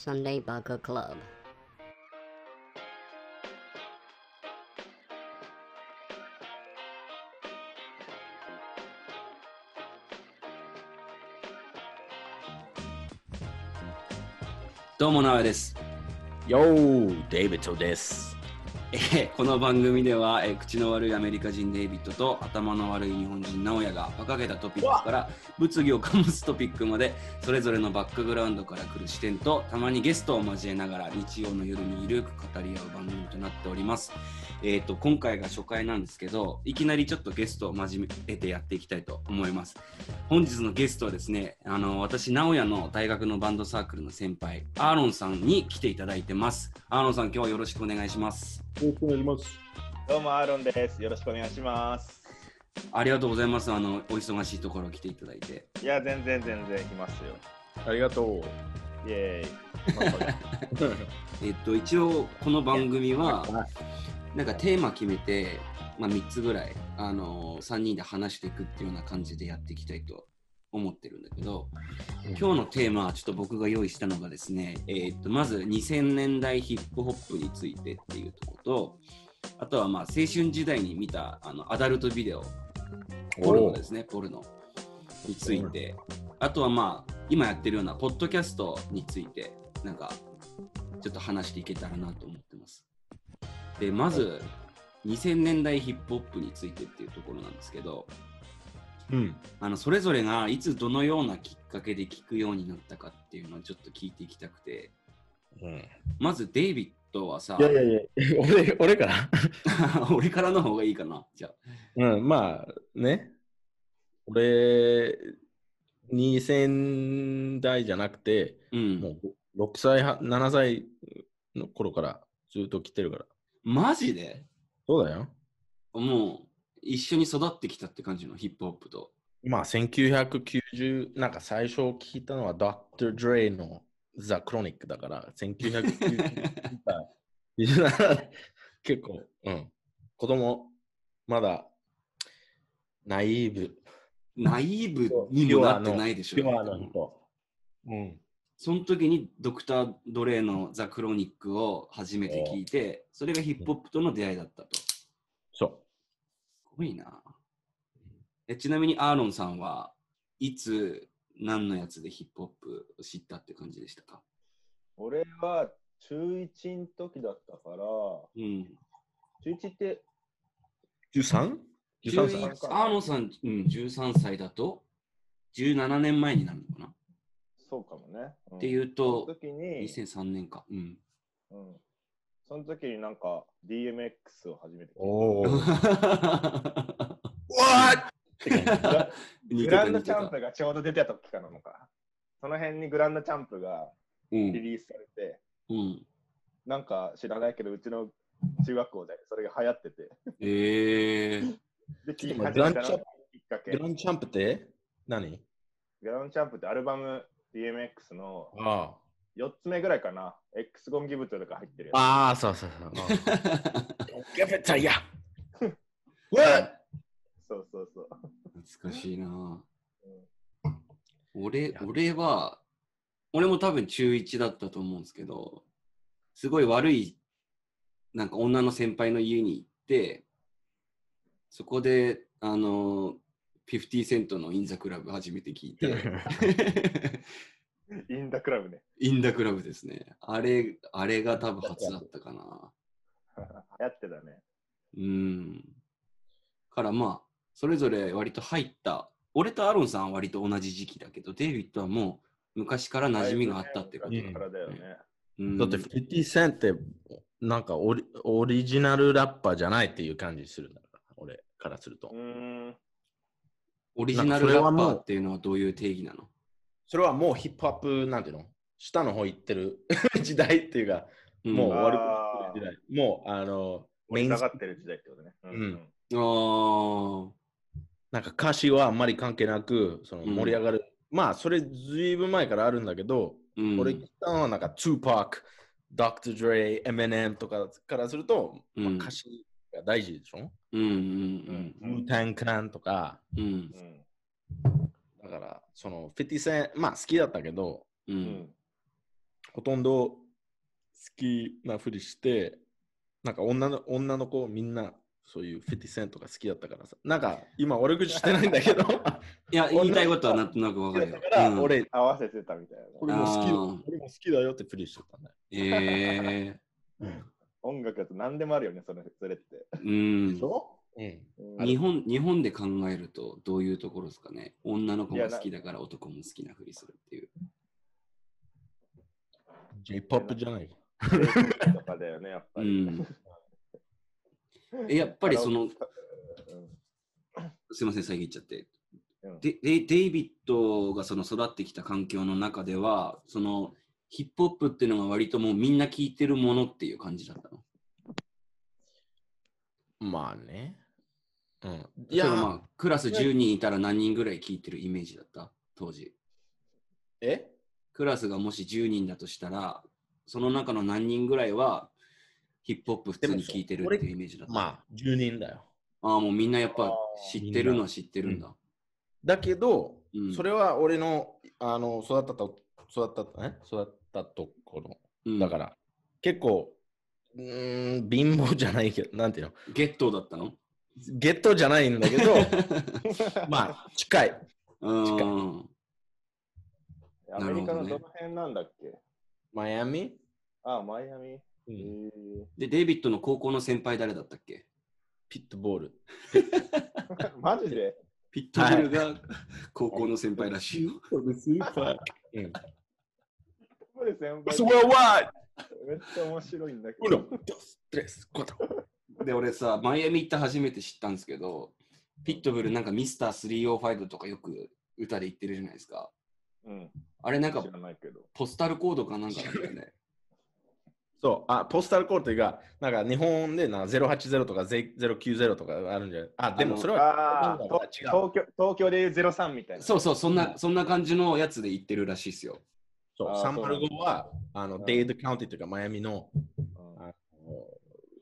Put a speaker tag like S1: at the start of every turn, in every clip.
S1: Sunday Baka Club.
S2: Club どうもなおです
S3: よー、デイビッドです。
S2: えーこの番組では、えー口の悪いアメリカ人デイビッドと頭の悪い日本人直哉が馬鹿げたトピックから物議を醸すトピックまでそれぞれのバックグラウンドから来る視点とたまにゲストを交えながら日曜の夜にゆるく語り合う番組となっております。えー、と今回が初回なんですけどいきなりちょっとゲストを交えてやっていきたいと思います。本日のゲストはですねあの私直哉の大学のバンドサークルの先輩アーロンさんに来ていただいてます。アーロンさん今日はよろしくお願いします。
S3: よろしくお願いします。
S4: どうもアーロンです。よろしくお願いします。
S2: ありがとうございます。あの、お忙しいところ来ていただいて。
S4: いや、全然全然来ますよ。
S3: ありがと
S4: イエーイ。まあま
S3: う。
S2: えっと、一応、この番組は、なんかテーマ決めて、まあ、3つぐらい、あの3人で話していくっていうような感じでやっていきたいと思ってるんだけど、今日のテーマはちょっと僕が用意したのがですね、えっと、まず2000年代ヒップホップについてっていうとこと、あとはまあ青春時代に見たあのアダルトビデオポルノですね、ポルノについて、あとはまあ、今やってるようなポッドキャストについて、なんか、ちょっと話していけたらなと思ってます。で、まず、2000年代ヒップホップについてっていうところなんですけど、
S3: うん。
S2: あのそれぞれがいつどのようなきっかけで聞くようになったかっていうのをちょっと聞いていきたくて、まずデイビッドはさ
S3: い、やいやいや、俺、俺から
S2: 俺からの方がいいかな、じゃあ。
S3: うん、まあ、ね。俺、2000代じゃなくて、
S2: うん、
S3: もう6歳、は7歳の頃からずっと来てるから。
S2: マジで
S3: そうだよ。
S2: もう一緒に育ってきたって感じのヒップホップと。
S3: まあ、1990、なんか最初聞いたのは Dr. Dre の The Chronic だから、1990。結構、うん。子供、まだ、ナイーブ。
S2: ナイーブにもなってないでしょ。
S3: ピュアの人。うん。
S2: その時にドクター・ドレイのザ・クロニックを初めて聞いて、それがヒップホップとの出会いだったと。す
S3: そ
S2: ごいな。えちなみにアーロンさんはいつ何のやつでヒップホップを知ったって感じでしたか
S4: 俺は中1の時だったから、
S2: うん。
S4: 中1って、
S3: う。13?
S2: 11
S3: 13歳。
S2: アーロンさん、うん、13歳だと17年前になるのかな、
S4: そうかもね。うん
S2: っていう
S4: そ
S2: と
S4: の時に、
S2: 2003年か。うん。
S4: うん、その時になんか DMX を初めて聞いた
S3: おー。
S2: 似
S4: グ
S2: てた
S4: ランド
S2: 似
S4: チ
S2: て
S4: ャン
S2: た
S4: プがちょうど出てた時かなのか。その辺にグランドチャンプが
S2: う
S4: リ
S2: ん。
S4: リースされて、
S2: うん。
S4: なんか知らないけど、うちの中学校でそれが流行ってて。
S2: ええー。
S4: で、
S3: ちょ
S4: 聞
S3: っ
S4: い
S3: と
S4: 始
S3: 待
S4: め
S3: ったて
S4: のがきっかけ
S3: グ。ランチャンプって何
S4: グラウンドチャンプってアルバム DMX の
S3: あ
S4: 4つ目ぐらいかな。X ゴンギブトとか入ってるや
S3: あ。ああ、そうそうそう。 ゲフェタイヤ
S4: つ。そうそうそう。
S2: 懐かしいなぁ
S4: うん
S2: 俺、俺は、俺も多分中1だったと思うんですけど、すごい悪い、なんか女の先輩の家に行って、そこで、あの、50セントのインザクラブ初めて聞い て、
S4: インダクラブね。
S2: インザクラブですね。あれ、あれが多分初だったかな。
S4: 流行ってたね。
S2: うん。からまあ、それぞれ割と入った、俺とアロンさんは割と同じ時期だけど、デイビッドはもう昔から馴染みがあったってこと
S3: だ
S2: だ
S3: いぶ。
S4: からだよね。
S2: うん
S3: だって50センってなんかオリオリジナルラッパーじゃないっていう感じするんだから、俺からすると
S4: う。ーん。
S2: オリジナルラッパーっていうのはどういう定義なの
S3: それはもうヒップホップなんていうの下の方行ってる 時代っていうか、もう
S2: うん
S3: 終
S2: あ
S3: わる時代。もうあの、メイン
S4: 下がってる時代ってことね。うん
S3: うん
S2: ー
S3: なんか歌詞はあんまり関係なく、その盛り上がる。まあ、それずいぶん前からあるんだけど、
S2: うん
S3: 俺聞いたのはなんか、Tupac、Dr. Dre、Eminem とかからすると、
S2: うん
S3: まあ、歌詞が大事でしょ、
S2: うんうん
S4: う
S3: うんん、?Wu-Tang Clan とか、
S2: うんうん
S4: うん。
S3: だから、その50セン、まあ好きだったけど、
S2: う
S4: うんん。
S3: ほとんど好きなふりして、なんか女の女の子みんなそういうフィティセンとか好きだったからさ、なんか今悪口してないんだけど、
S2: いや、言いたいことはなんとなくわかるよ。 うん、
S3: 俺、
S4: 合わせてたみたいな。
S3: 俺も好き
S2: あ
S3: だ
S2: ー
S3: 俺も好きだよってふりしてたね。
S2: え
S4: 音楽だと何でもあるよね、それそれって。
S2: ー、うん。
S3: ょうん。
S4: うん
S2: 日本日本で考えるとどういうところですかね女の子も好きだから男も好きなふりするっていう。
S3: J-POP じゃない。
S4: とかだよね、やっぱ
S2: う
S4: り。
S2: ん、えやっぱりその、
S4: うん
S2: すいません、遮っちゃって
S4: うん。
S2: でデイデイビッドがその育ってきた環境の中では、そのヒップホップっていうのが割ともうみんな聴いてるものっていう感じだったの。
S3: まあね。うん。
S2: いや、まあ、クラス10人いたら何人ぐらい聴いてるイメージだった当時。
S3: え
S2: クラスがもし10人だとしたら、その中の何人ぐらいはヒップホップ普通に聴いてるっていうイメージだった。
S3: まあ、10人だよ。
S2: ああ、もうみんなやっぱ
S4: あ
S2: 知ってるのは知ってるんだ。
S3: だけど、
S2: うん
S3: それは俺のあの育ったと育ったとね育ったところ
S2: うん
S3: だから、結構うーん貧乏じゃないけどなんていうの
S2: ゲットーだったの
S3: ゲットじゃないんだけ どまあ近い
S2: うん。
S4: アメリカのどの辺なんだっけ
S3: マイアミ、
S4: ああ、マイアミ。
S3: う
S4: え
S3: ん
S4: ー
S2: で、デイビッドの高校の先輩誰だったっけ
S3: ピットボール
S4: マジで
S2: ピットブルが高校の先輩らしいよ。
S3: スーパー、うん、
S4: これ先輩
S3: スワーワイ
S4: めっちゃ面白いんだけ
S3: ウ
S4: ど
S3: ノ。ドストレスコト
S2: で、俺さ、マイアミ行って初めて知ったんですけど、ピットブルなんかミスター305とかよく歌で言ってるじゃないですか。
S4: うん、
S2: あれなんか
S4: 知らないけど。
S2: ポスタルコードかなんかなんだよね。
S3: そうあポスタルコートがなんか日本でな080とか090とかあるんじゃないあでもそれは
S4: ああ、
S3: 違う
S4: と東京東京でいう03みたいな。
S2: そうそう、そんな、そんな感じのやつで言ってるらしいっすよ。
S3: そう
S4: あー
S3: 305はあの
S4: うん
S3: デイドカウンティというかマイアミの
S4: う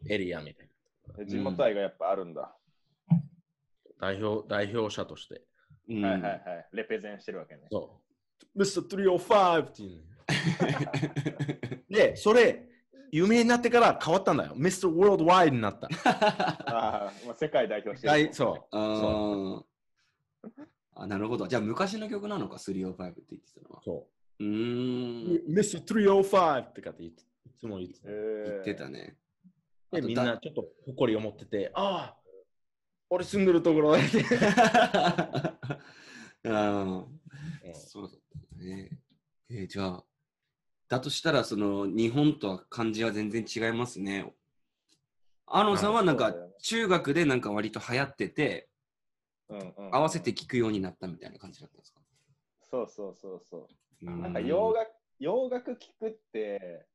S3: エリアみたい
S4: ん。地元愛がやっぱあるんだ。
S3: な。代表代表者として。
S2: うん
S4: はいはいはい。レペゼンしてるわけね。
S3: そう。Mr.305 っていうの。 で、それ、有名になってから変わったんだよ。Mr. Worldwide になった。
S4: ああ、まあ、世界代表して
S3: はい、
S4: る。
S3: そ
S2: ああ。あ、なるほど。じゃあ昔の曲なのか、305って言ってたのは
S3: う。。そう
S2: ーん。
S3: う。Mr.305 ってかっていつも言って
S4: え
S3: た。
S2: 言ってた
S4: ね。
S2: ね。あ
S3: で、
S2: と
S3: みんなちょっと誇りを持ってて、ああ、俺住んでるところだって。
S2: だうんそうだったね。えーじゃあ、だとしたら、その、日本とは感じは全然違いますね。アーノンさんはなん
S4: あ
S2: か
S4: そうだよね、
S2: 中学でなんか割と流行ってて、
S4: うんうんうん
S2: 合わせて。聴くようになったみたいな感じだったんですか
S4: そうそうそうそう。
S2: な
S4: なんか洋楽、洋楽聴くって、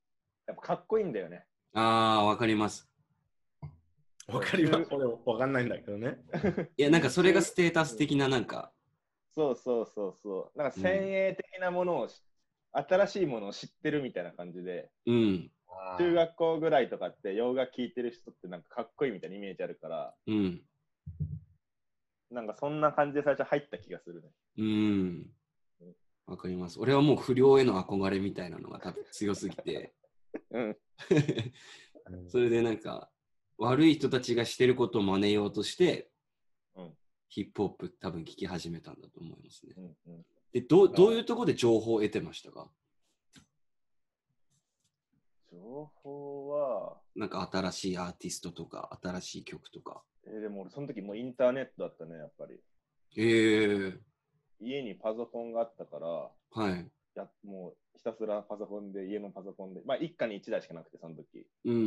S4: やっぱかっこいいんだよね。
S2: ああ、わかります。
S3: わかります。俺、わかんないんだけどね。
S2: いや、なんかそれがステータス的ななんか、
S4: そうそうそうそう。なんか先鋭的なものをし、新しいものを知ってるみたいな感じで、
S2: うん、
S4: 中学校ぐらいとかって洋楽聴いてる人ってなんかかっこいいみたいなイメージあるから、
S2: うん、
S4: なんかそんな感じで最初入った気がするね。
S2: うん。わかります。俺はもう不良への憧れみたいなのが多分強すぎて。
S4: うん。
S2: それでなんか、悪い人たちがしてることを真似ようとして、
S4: うん
S2: ヒップホップ多分聞き始めたんだと思いますね。
S4: うんうん、
S2: で、どうどういうところで情報を得てましたか
S4: 情報は、
S2: なんか新しいアーティストとか、新しい曲とか。
S4: えーでも俺その時もうインターネットだったね、やっぱり。
S2: へえ
S4: 家にパソコンがあったから、
S2: はい。
S4: やもうひたすらパソコンで、家のパソコンで、まあ一家に一台しかなくて、その時。
S2: うんう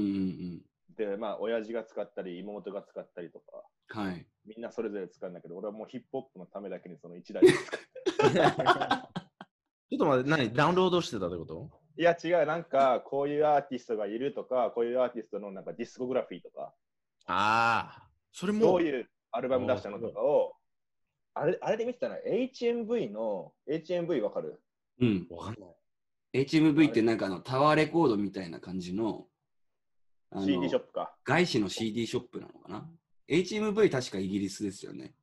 S2: ん
S4: で、まあ親父が使ったり、妹が使ったりとか、
S2: うん。はい。
S4: みんなそれぞれ使うんだけど、俺はもうヒップホップのためだけにその一台で使 って。
S3: ちょっと待って、何ダウンロードしてたってこと
S4: いや違う、なんかこういうアーティストがいるとか、こういうアーティストのなんかディスコグラフィーとか、
S3: ああ。それも。
S4: どういうアルバム出したのとかを、あれあれで見てたの HMV の、HMV わかる
S2: うん。
S3: わかんない。
S2: HMV ってなんかあのタワーレコードみたいな感じの、あの
S4: ?CD ショップか。
S2: 外資の CD ショップなのかな ?HMV 確かイギリスですよね。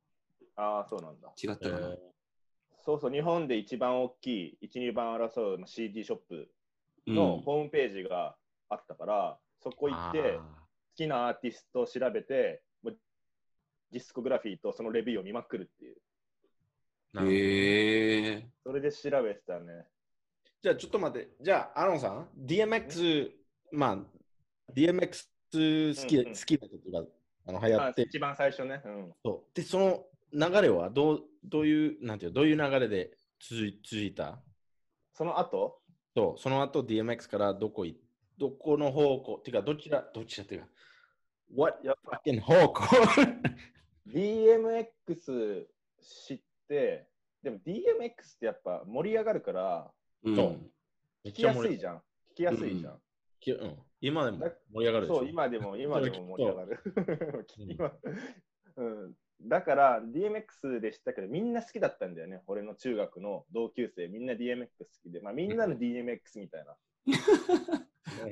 S4: ああ、そうなんだ。
S2: 違ったかな、
S4: そうそう、日本で一番大きい、1、2番争う CD ショップのホームページがあったから、そこ行って、好きなアーティストを調べて、もうディスコグラフィーとそのレビューを見まくるっていう、
S3: あーなるほど
S2: へえ
S4: それで調べてたね。
S3: じゃあちょっと待って、じゃあアロンさん、DMX、まあ、DMX 好き,、
S4: うんうん
S3: 好きなことがあの流行
S4: まあ
S3: って、
S4: 一番最初ね。うん
S3: そうで、その流れはどうどういう、なんていうの、どういう流れで続い続いた
S4: その後、
S3: そうその後 DMX からどこいどこの方向てか、どちら、どちらっていうか、What your fucking 方向
S4: DMX 知って、でも DMX ってやっぱ盛り上がるから、
S2: ー。うん
S3: そうめ
S4: 聞
S3: っ
S4: き
S3: ちゃ
S4: や
S3: 盛
S4: す
S3: り
S4: いじゃん。聞きやすいじゃん。
S3: きうん、今でも盛り上がるでしょ
S4: そう、今でも、今でも盛り上がる。
S3: うん
S4: 今うん、だから、DMX でしたけど、みんな好きだったんだよね。俺の中学の同級生、みんな DMX 好きで、まあ、みんなの DMX みたいな。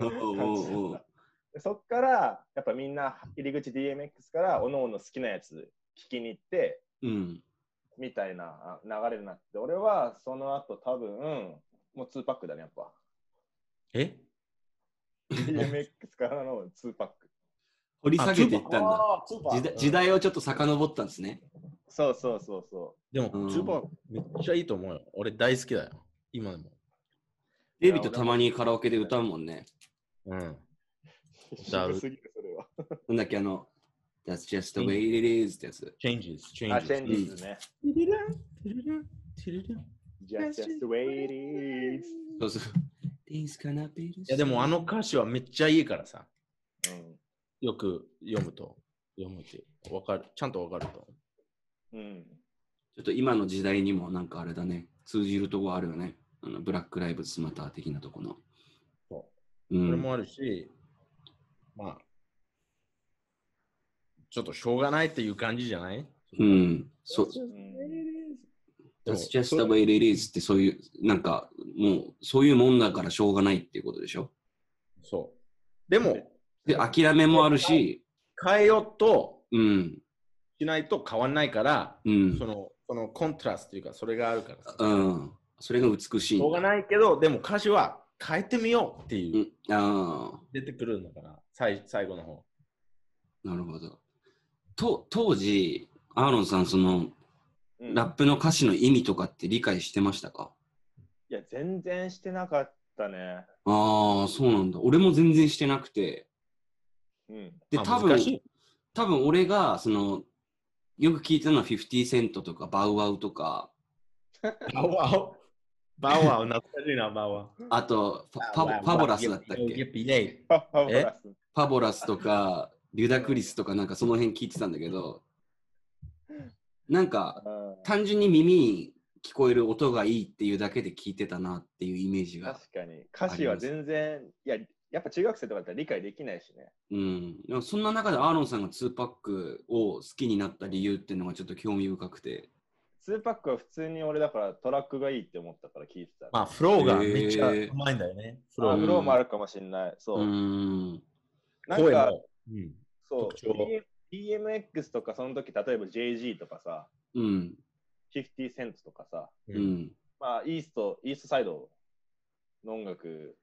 S2: おうおうおう
S4: でそっから、やっぱみんな入り口 DMX から、おのおの好きなやつ聞きに行って、
S2: うん。
S4: みたいな流れになって、俺はその後多分、もう2パックだね、やっ ぱ。
S3: え
S4: DMX からの2パック。
S2: 掘り下げていったんだ。
S3: あツーパー
S2: 時代時代をちょっと遡ったんですね。
S4: そうそうそうそ
S3: でも、
S2: うん
S3: ツーパーめっちゃいいと思うよ。俺大好きだよ。今でも。
S2: デイビッドたまにカラオケで歌うもんね。
S3: うん。
S4: う。
S3: だ
S4: 渋すぎる、それは。
S2: なんだっけ、あの、That's just the way it is ってやつ。
S3: changes, changes.
S4: あ、チェンジですね。
S3: ティリランティリランティリラン
S4: Just, just the way it is.
S2: そうそう。These gonna be the
S3: いや、でもあの歌詞はめっちゃいいからさ。
S4: う
S3: よく読むと、読むって、わかる。ちゃんとわかると。
S4: ん。うん。
S2: ちょっと今の時代にもなんかあれだね、通じるとこあるよね。あのブラック・ライブズ・マター的なとこの。
S3: そうそ
S2: ん、
S3: れもあるし、まあ、ちょっとしょうがないっていう感じじゃない
S2: うん。そう。
S4: ん
S2: That's just the way it is ってそういう、なんかもうそういうもんだからしょうがないっていうことでしょ。
S3: そう。でも、
S2: で、諦めもあるし、
S3: 変えようと
S2: うん、
S3: しないと変わんないから、
S2: うん
S3: そ、の、そのコントラストというか、それがあるからさ。
S2: うん。それが美しい
S3: しょうんが
S2: だ。
S3: ないけど、でも歌詞は変えてみようっていう
S2: ん、
S3: う、
S2: あ
S3: 出てくるんだから、最最後の方。
S2: あ、なるほど。と当時、アーロンさん、その
S4: うん
S2: ラップの歌詞の意味とかって理解してましたか
S4: いや、全然してなかったね。
S2: ああ、そうなんだ。俺も全然してなくて。
S4: うん。
S2: で、
S3: まあ
S2: 多
S3: 難し
S2: 分
S3: い、
S2: 多分俺が、その、よく聞いてたのは50セントとかバウアウとか、
S3: バウアウ。バウアウ、懐かしいな、バウアウ。
S2: あと、パパパボラスだったっ
S3: ゲ
S2: け
S3: ピレイ。
S4: パパブラス。
S2: パボラスとか、リュダクリスとかなんかその辺聞いてたんだけど、なんか
S4: うん
S2: 単純に耳に聞こえる音がいいっていうだけで聞いてたなっていうイメージが。
S4: 確かに。歌詞は全然、いや、やっぱ中学生とかだったら理解できないしね。
S2: うん。でもそんな中でアーロンさんが2パックを好きになった理由っていうのがちょっと興味深くて。
S4: 2パックは普通に俺だからトラックがいいって思ったから聞いてた。
S3: まあ、フローがめっちゃうまいんだよね。フロ
S4: あ
S3: ー。
S4: フローもあるかもしれない。そうう。
S2: ん。
S4: なん
S3: 声
S4: か、
S3: も。うん。
S4: そ
S3: 特徴
S4: う。DMX とかその時、例えば JG とかさ、
S2: うん。
S4: 50セントとかさ、
S2: う
S3: うん
S2: ん。
S4: まあ、イースト、イーストサイドの音楽、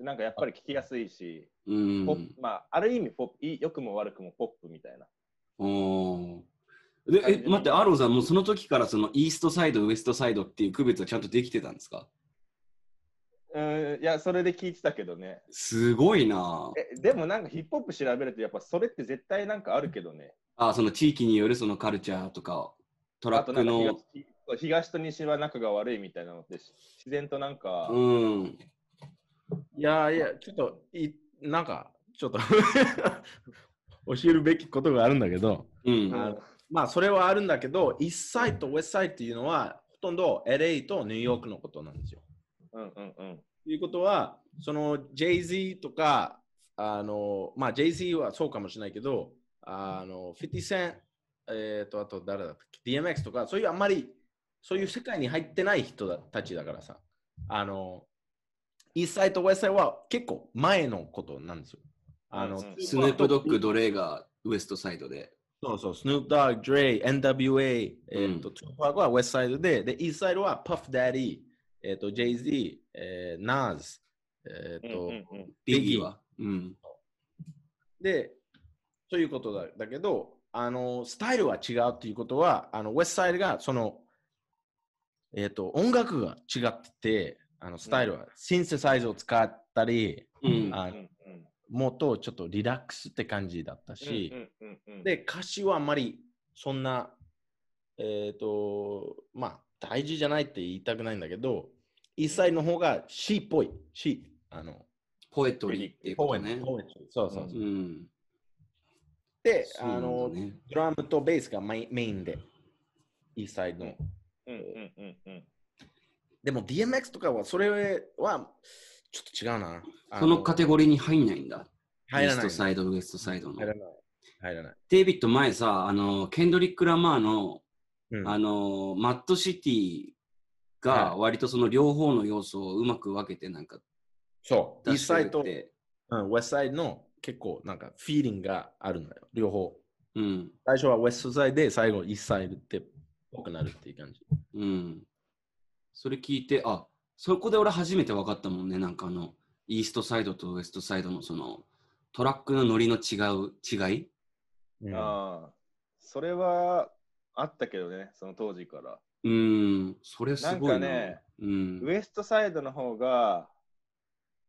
S4: なんかやっぱり聴きやすいし、
S2: うん
S4: ポップまあ、ある意味ポップい、良くも悪くもポップみたいな。
S2: おーで、え、待って、アーロンさん、もうその時からそのイーストサイド、ウエストサイドっていう区別はちゃんとできてたんですか
S4: うーん、いや、それで聞いてたけどね。
S2: すごいなぁ
S4: えでもなんかヒップホップ調べると、やっぱそれって絶対なんかあるけどね。
S2: あ、その地域によるそのカルチャーとか、ト
S4: あ
S2: ラ
S4: と
S2: ッ
S4: な
S2: ク
S4: んか
S2: の
S4: 東、東と西は仲が悪いみたいなのって、し自然となんか、
S2: うん。
S3: いやいや、ちょっと、いなんか、ちょっと、教えるべきことがあるんだけど、
S2: うん。
S4: あ
S3: あまあ、それはあるんだけど、イスサイとウェスサイっていうのは、ほとんど LA とニューヨークのことなんですよ。
S4: うんうんうん。
S3: ということは、その Jay-Z とか、あの、まあ Jay-Z はそうかもしれないけど、あの、50セン、えっ、と、あと誰だったっけ、DMX とか、そういうあんまり、そういう世界に入ってない人だたちだからさ、あの、イースサイとウェスサイは結構前のことなんですよ。あの、
S4: うんうん
S2: スヌープドッグ、ドレーがウエストサイドで。
S3: そうそう、スヌープドッグ、ドレイ、NWA、えっ、と、トゥーパークはウェスサイドで、で、イースサイドはパフダディ、えっ、と、Jay-Z、えー、Nas、えっ、と、
S4: うんうんうん
S2: ビギーは。うん。
S3: で、ということだだけど、あの、スタイルは違うっていうことは、あの、ウェストサイドが、その、えっ、と、音楽が違ってて、あの、スタイルは、シンセサイズを使ったり、
S2: うん。
S3: あ
S4: うんうん
S3: もっとちょっとリラックスって感じだったし、
S4: うんうんうんうん
S3: で、歌詞はあんまりそんな、えっ、と、まあ、大事じゃないって言いたくないんだけど、一切の方が C っぽい。C。あの、
S2: ポエトリーっていうことね。
S3: ポエそうそうそう。
S4: う
S2: うん。
S3: で、
S2: そうな
S3: あ
S2: んだ
S3: の、
S2: ね
S3: ドラムとベースがメインメインで、イーサイドの。
S4: うんうんうんうん
S3: でも DMX とかは、それはちょっと違うな。あ
S2: そのカテゴリーに入んないんだ。
S3: 入らな
S2: イー
S3: い。
S2: ストサイド、ウエストサイド
S3: 入ら
S2: の。
S3: ない。入らない。
S2: デイビッド前さ、あの、ケンドリック・ラマーの、
S3: うん
S2: あの、マッドシティ
S3: は
S2: が
S3: い
S2: 割とその両方の要素をうまく分けてなんか
S3: そう、イー
S2: 出し
S3: サ
S2: て
S3: イ
S2: る
S3: ド
S2: っ
S3: と、
S2: て。
S3: うん、ウェスサイドの結構なんかフィーリングがあるのよ、両方。
S2: うん。
S3: 最初はウェストサイドで、最後イーサイドってぽくなるっていう感じ。
S2: うん。それ聞いて、あ、そこで俺初めて分かったもんね。なんかあの、イーストサイドとウエストサイドのその、トラックのノリの違う、違い
S3: うん
S4: ああ、それはあったけどね、その当時から。
S2: うん、それすごいな。
S4: なんかね
S2: うん、
S4: ウエストサイドの方が、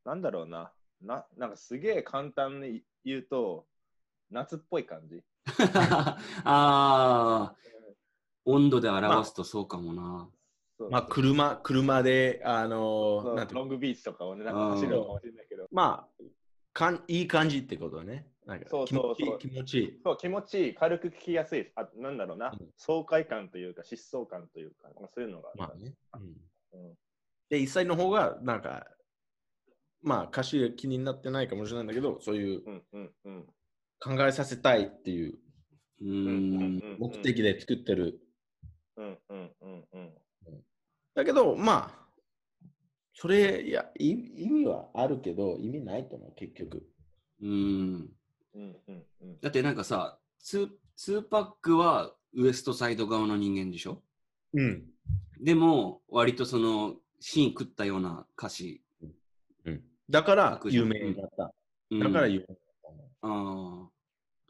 S4: なんだろうな、ななんかすげえ簡単に言うと、夏っぽい感じ。
S2: あ あー、温度で表すとそうかもな。
S4: そう
S3: まあ、車、車で、あの
S4: そう
S3: なんていうの
S4: ロングビーチとかをね、なんか走るのかもしれないけど、
S3: まあ、かんいい感じってことね。なんか
S4: そう
S3: 気持
S4: そう
S3: ちい
S4: そ
S3: いう気持ちいい。
S4: そう気持ちいい、軽く聞きやすい、あなんだろうな、
S3: うん
S4: 爽快感というか、疾走感というか、まあ、そういうのがあ
S3: ま
S4: っ
S3: あね。うん
S4: た、うん
S3: で、一切の方が、なんか、まあ、歌詞が気になってないかもしれないんだけど、そういう
S4: うんうんうん
S3: 考えさせたいっていう
S2: う
S4: うんうん
S2: ん、
S4: うん
S3: 目的で作ってる。
S4: うんうんうんうん
S3: だけど、まあ、それ、いや、い意味はあるけど、意味ないと思う、結局。
S2: うん。
S4: うんうんうん
S2: だってなんかさ、ツーパックはウエストサイド側の人間でしょ
S3: うん。
S2: でも、割とその、シーン食ったような歌詞。
S3: だから、有名になった。
S2: うん
S3: だから有名。
S2: あー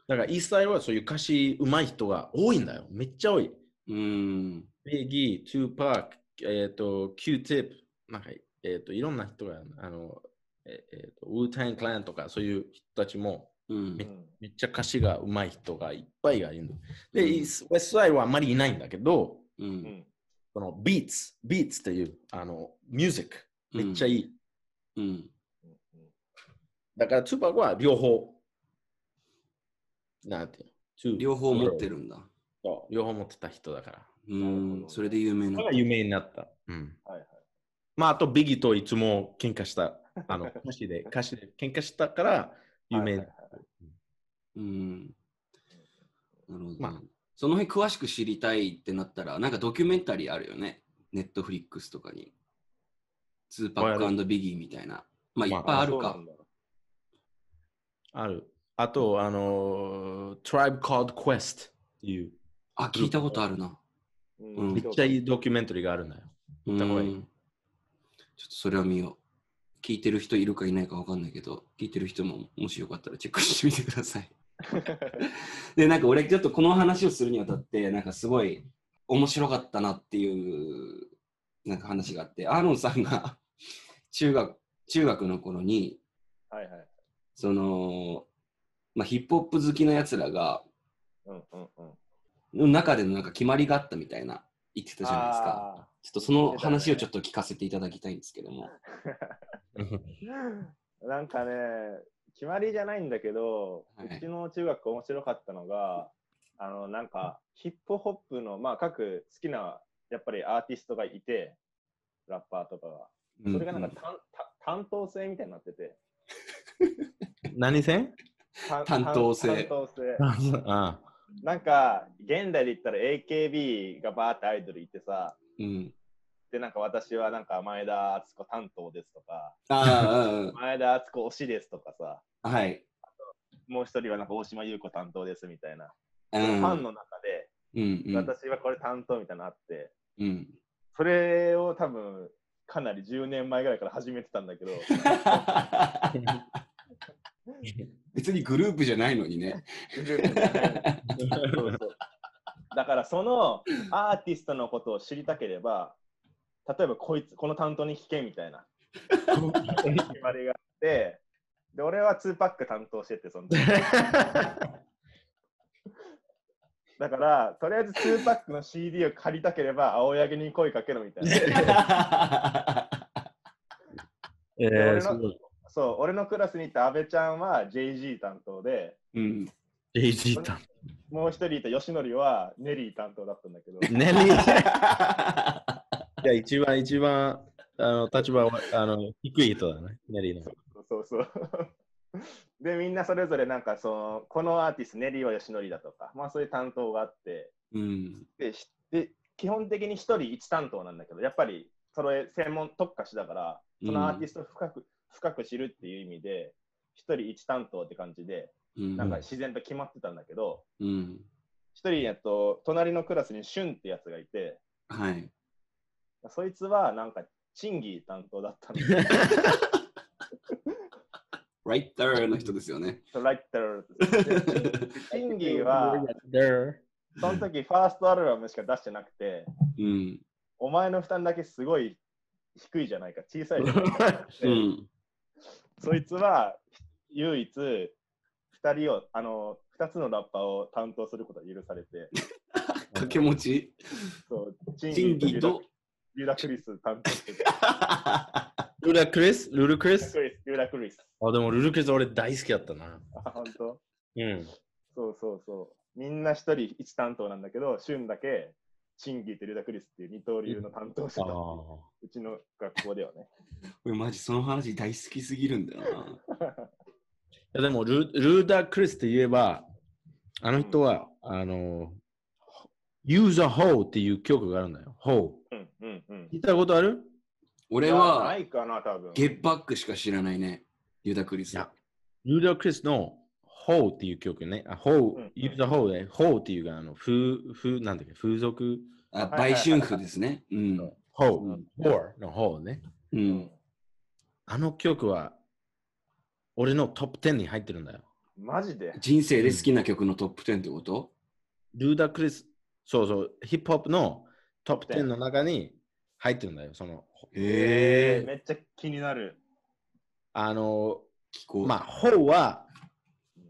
S3: だから、イースタイルはそういう歌詞上手い人が多いんだよ。めっちゃ多い。
S2: うん。
S3: ビギー、トゥーパーク、えっ、と、キューティップ、なんか、えっ、と、いろんな人が、あの、えっ、と、ウータイン・クライアントとか、そういう人たちも、
S2: うん
S4: う。ん
S3: めっちゃ歌詞が上手い人がいっぱいがいるの。で、
S2: うん
S3: イースウェストサイドはあんまりいないんだけど、
S2: う。
S4: うんん
S3: このビーツ、ビーツっていう、あの、ミュージック、めっちゃい
S2: い。
S3: い。
S2: うん。
S4: うん
S3: だから、トゥーパークは両方、なんていうの two-
S2: 両方持ってるんだ。
S3: そう両方持ってた人だから。
S2: うん。それで有名
S3: だ
S2: な
S3: から。有名になった。うん
S4: はいはい
S3: まあ、あと、ビギといつも喧嘩 した。あの、歌詞で、歌詞で喧嘩したから、有名。
S4: はいはい
S2: うん。なるほど、ね
S3: まあ
S2: その辺詳しく知りたいってなったら、なんかドキュメンタリーあるよね。ネットフリックスとかに。ツーパックビギーみたいな。まあ、いっ
S3: まあ
S2: ぱいあるか。
S4: そうなんだ
S3: ある。あと、あのー、Tribe Called Quest っていう、
S2: あ、聞いたことあるな。
S4: うん
S3: めっちゃいいドキュメンタリーがあるんだよ。
S2: う
S3: った方がいい
S2: ん。ちょっとそれは見よう。聞いてる人いるかいないかわかんないけど、聞いてる人ももしよかったらチェックしてみてください。で、なんか俺ちょっとこの話をするにあたって、なんかすごい面白かったなっていうなんか話があって、アーロンさんが 中学、中学の頃に、
S4: はいはい。
S2: その、まあ、ヒップホップ好きなやつらが、
S4: うんうんうん。
S2: の中でのなんか決まりがあったみたいな言ってたじゃないですか。
S4: あ
S2: ちょっとその話をちょっと聞かせていただきたいんですけども。
S4: ーなんかね、決まりじゃないんだけど、
S2: はいう
S4: ちの中学面白かったのが、あの、なんか、ヒップホップの、まあ、各好きな、やっぱりアーティストがいて、ラッパーとかが。それがなんか、たんた担当制みたいになってて。
S3: 何 線
S4: たん
S2: 担当制
S4: たん担当制。
S3: ああ
S4: なんか、現代で言ったら AKB がバーってアイドルいてさ、
S2: うん。うん
S4: で、なんか私はなんか前田敦子担当ですとか、
S2: あ
S4: 前田敦子推しですとかさ、
S2: あ、はい。
S4: もう一人はなんか大島優子担当ですみたいな。
S2: う
S4: フ
S2: ん。
S4: ァンの中で、
S2: うんうん。
S4: 私はこれ担当みたいなのあって、
S2: うん。
S4: それを多分、かなり10年前ぐらいから始めてたんだけど、
S2: 別にグループじゃないのに ね。
S4: そうそうだから そのアーティストのことを知りたければ、例えばこいつ、この担当に聞けみたいな決まりがあって、で、俺は2パック担当してて、その時だから、とりあえず2パックの CD を借りたければ、青柳に声かけろみたいな。
S3: え
S4: 俺の
S3: ー、すごい。
S4: そう、俺のクラスにいた阿部ちゃんは JG 担当で、
S2: うん、
S3: AG 担
S4: もう一人いた吉則はネリー担当だったんだけど、
S3: 当。ねり。いや、一番、一番、あの、立場は、あの、低い人だね。ねりの。
S4: そうそう。で、みんなそれぞれなんかその、このアーティスト、ネリーは吉則だとか、まあそういう担当があって、
S2: うん、
S4: で、しで基本的に一人一担当なんだけど、やっぱりそれ専門特化しだから、そのアーティストを深く、深く知るっていう意味で、一人一担当って感じで、
S2: うん、
S4: なんか自然と決まってたんだけど、
S2: うん、
S4: 一人やと、隣のクラスにシュンってやつがいて、
S2: はい。
S4: そいつはなんか、賃金担当だったんで、
S2: Right there の人ですよね。
S4: ライター。賃金は、 その時ファーストアルバムしか出してなくて、
S2: うん、
S4: お前の負担だけすごい低いじゃないか、小さいじゃないかって
S2: うん、
S4: そいつは唯一、二人を、あの、二つのラッパーを担当することが許されて、
S2: 掛け持ち、
S4: そう、
S2: チンギと。
S4: リューラクリス担当してて、
S3: ルラクリスルルクリス
S4: リューラクリス、リューラクリス。
S3: あ、でもルルクリス俺大好きだったな。
S4: あ、本当
S3: うん。
S4: そうそうそう。みんな一人一担当なんだけど、シュンだけ、チンギーとリュダクリスっていう二刀流の担当者だっていう
S3: あ
S4: うちの学校ではね。
S2: 俺マジその話大好きすぎるんだよな。
S3: あ。でもル、ルーダー・クリスって言えば、あの人は、あの、Use a Hole っていう曲があるんだよ。Hole。
S4: うんうんうん。
S3: 聞いたことある
S2: 俺
S4: いやな
S2: はい
S4: かな、多分。
S2: ゲッバックしか知らないね。ユダクリ
S3: い
S2: ス。
S3: や、ルーダー・クリスの Hole っていう曲ね。あ、
S4: うんう
S3: Hole
S4: ん、
S3: Use a Hole で、Hole っていうか、あの、風、風、なんだっけ、風俗
S2: あ
S4: はいはい
S2: 売春婦ですね。うん。
S3: の
S2: う
S3: Hole
S2: ん、
S3: Hole の Hole ね。
S2: う。。
S4: うん
S3: あの曲は、俺のトップ10に入ってるんだよ。
S4: マジで
S2: 人生で好きな曲のトップ10ってこと
S3: ルーダークリス、そうそう、ヒップホップのトップ10
S4: 10
S3: の中に入ってるんだよ。その、
S2: へえ。
S4: めっちゃ気になる。
S3: あの、
S2: 聞こう。
S3: まあ、ホウは、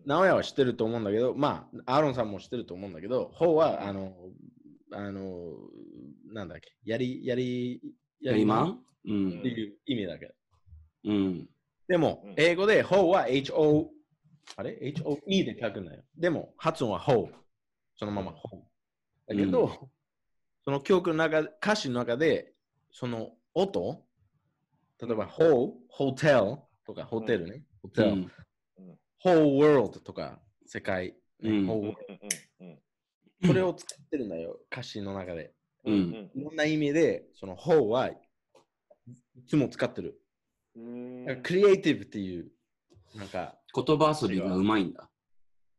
S3: 直哉は知ってると思うんだけど、まあ、アーロンさんも知ってると思うんだけど、ホウは、あの、あの、なんだっけ、やり、やり、
S2: やりまんう
S3: っ
S2: ん
S3: て。いう意味だけど。
S2: うん。
S3: でも
S4: うん、
S3: 英語でホウは HO、あれ ?HOE で書くんだよ。でも、発音はホウ。そのままホウ。だけど、
S2: うん
S3: その曲の中、歌詞の中で、その音、例えば、ホウ、ホテルとか、ホテルね。ホ
S2: う
S3: テル。
S2: ん。
S3: ホウ world とか、世界。
S2: うん
S3: ホ
S4: うん
S3: ウ
S4: うんうん
S3: これを使ってるんだよ、歌詞の中で。
S2: うん
S3: いろんな意味で、そのホウはいつも使ってる。
S4: うん
S3: だからクリエイティブっていう、なんか、
S2: 言葉遊びがうまいんだ。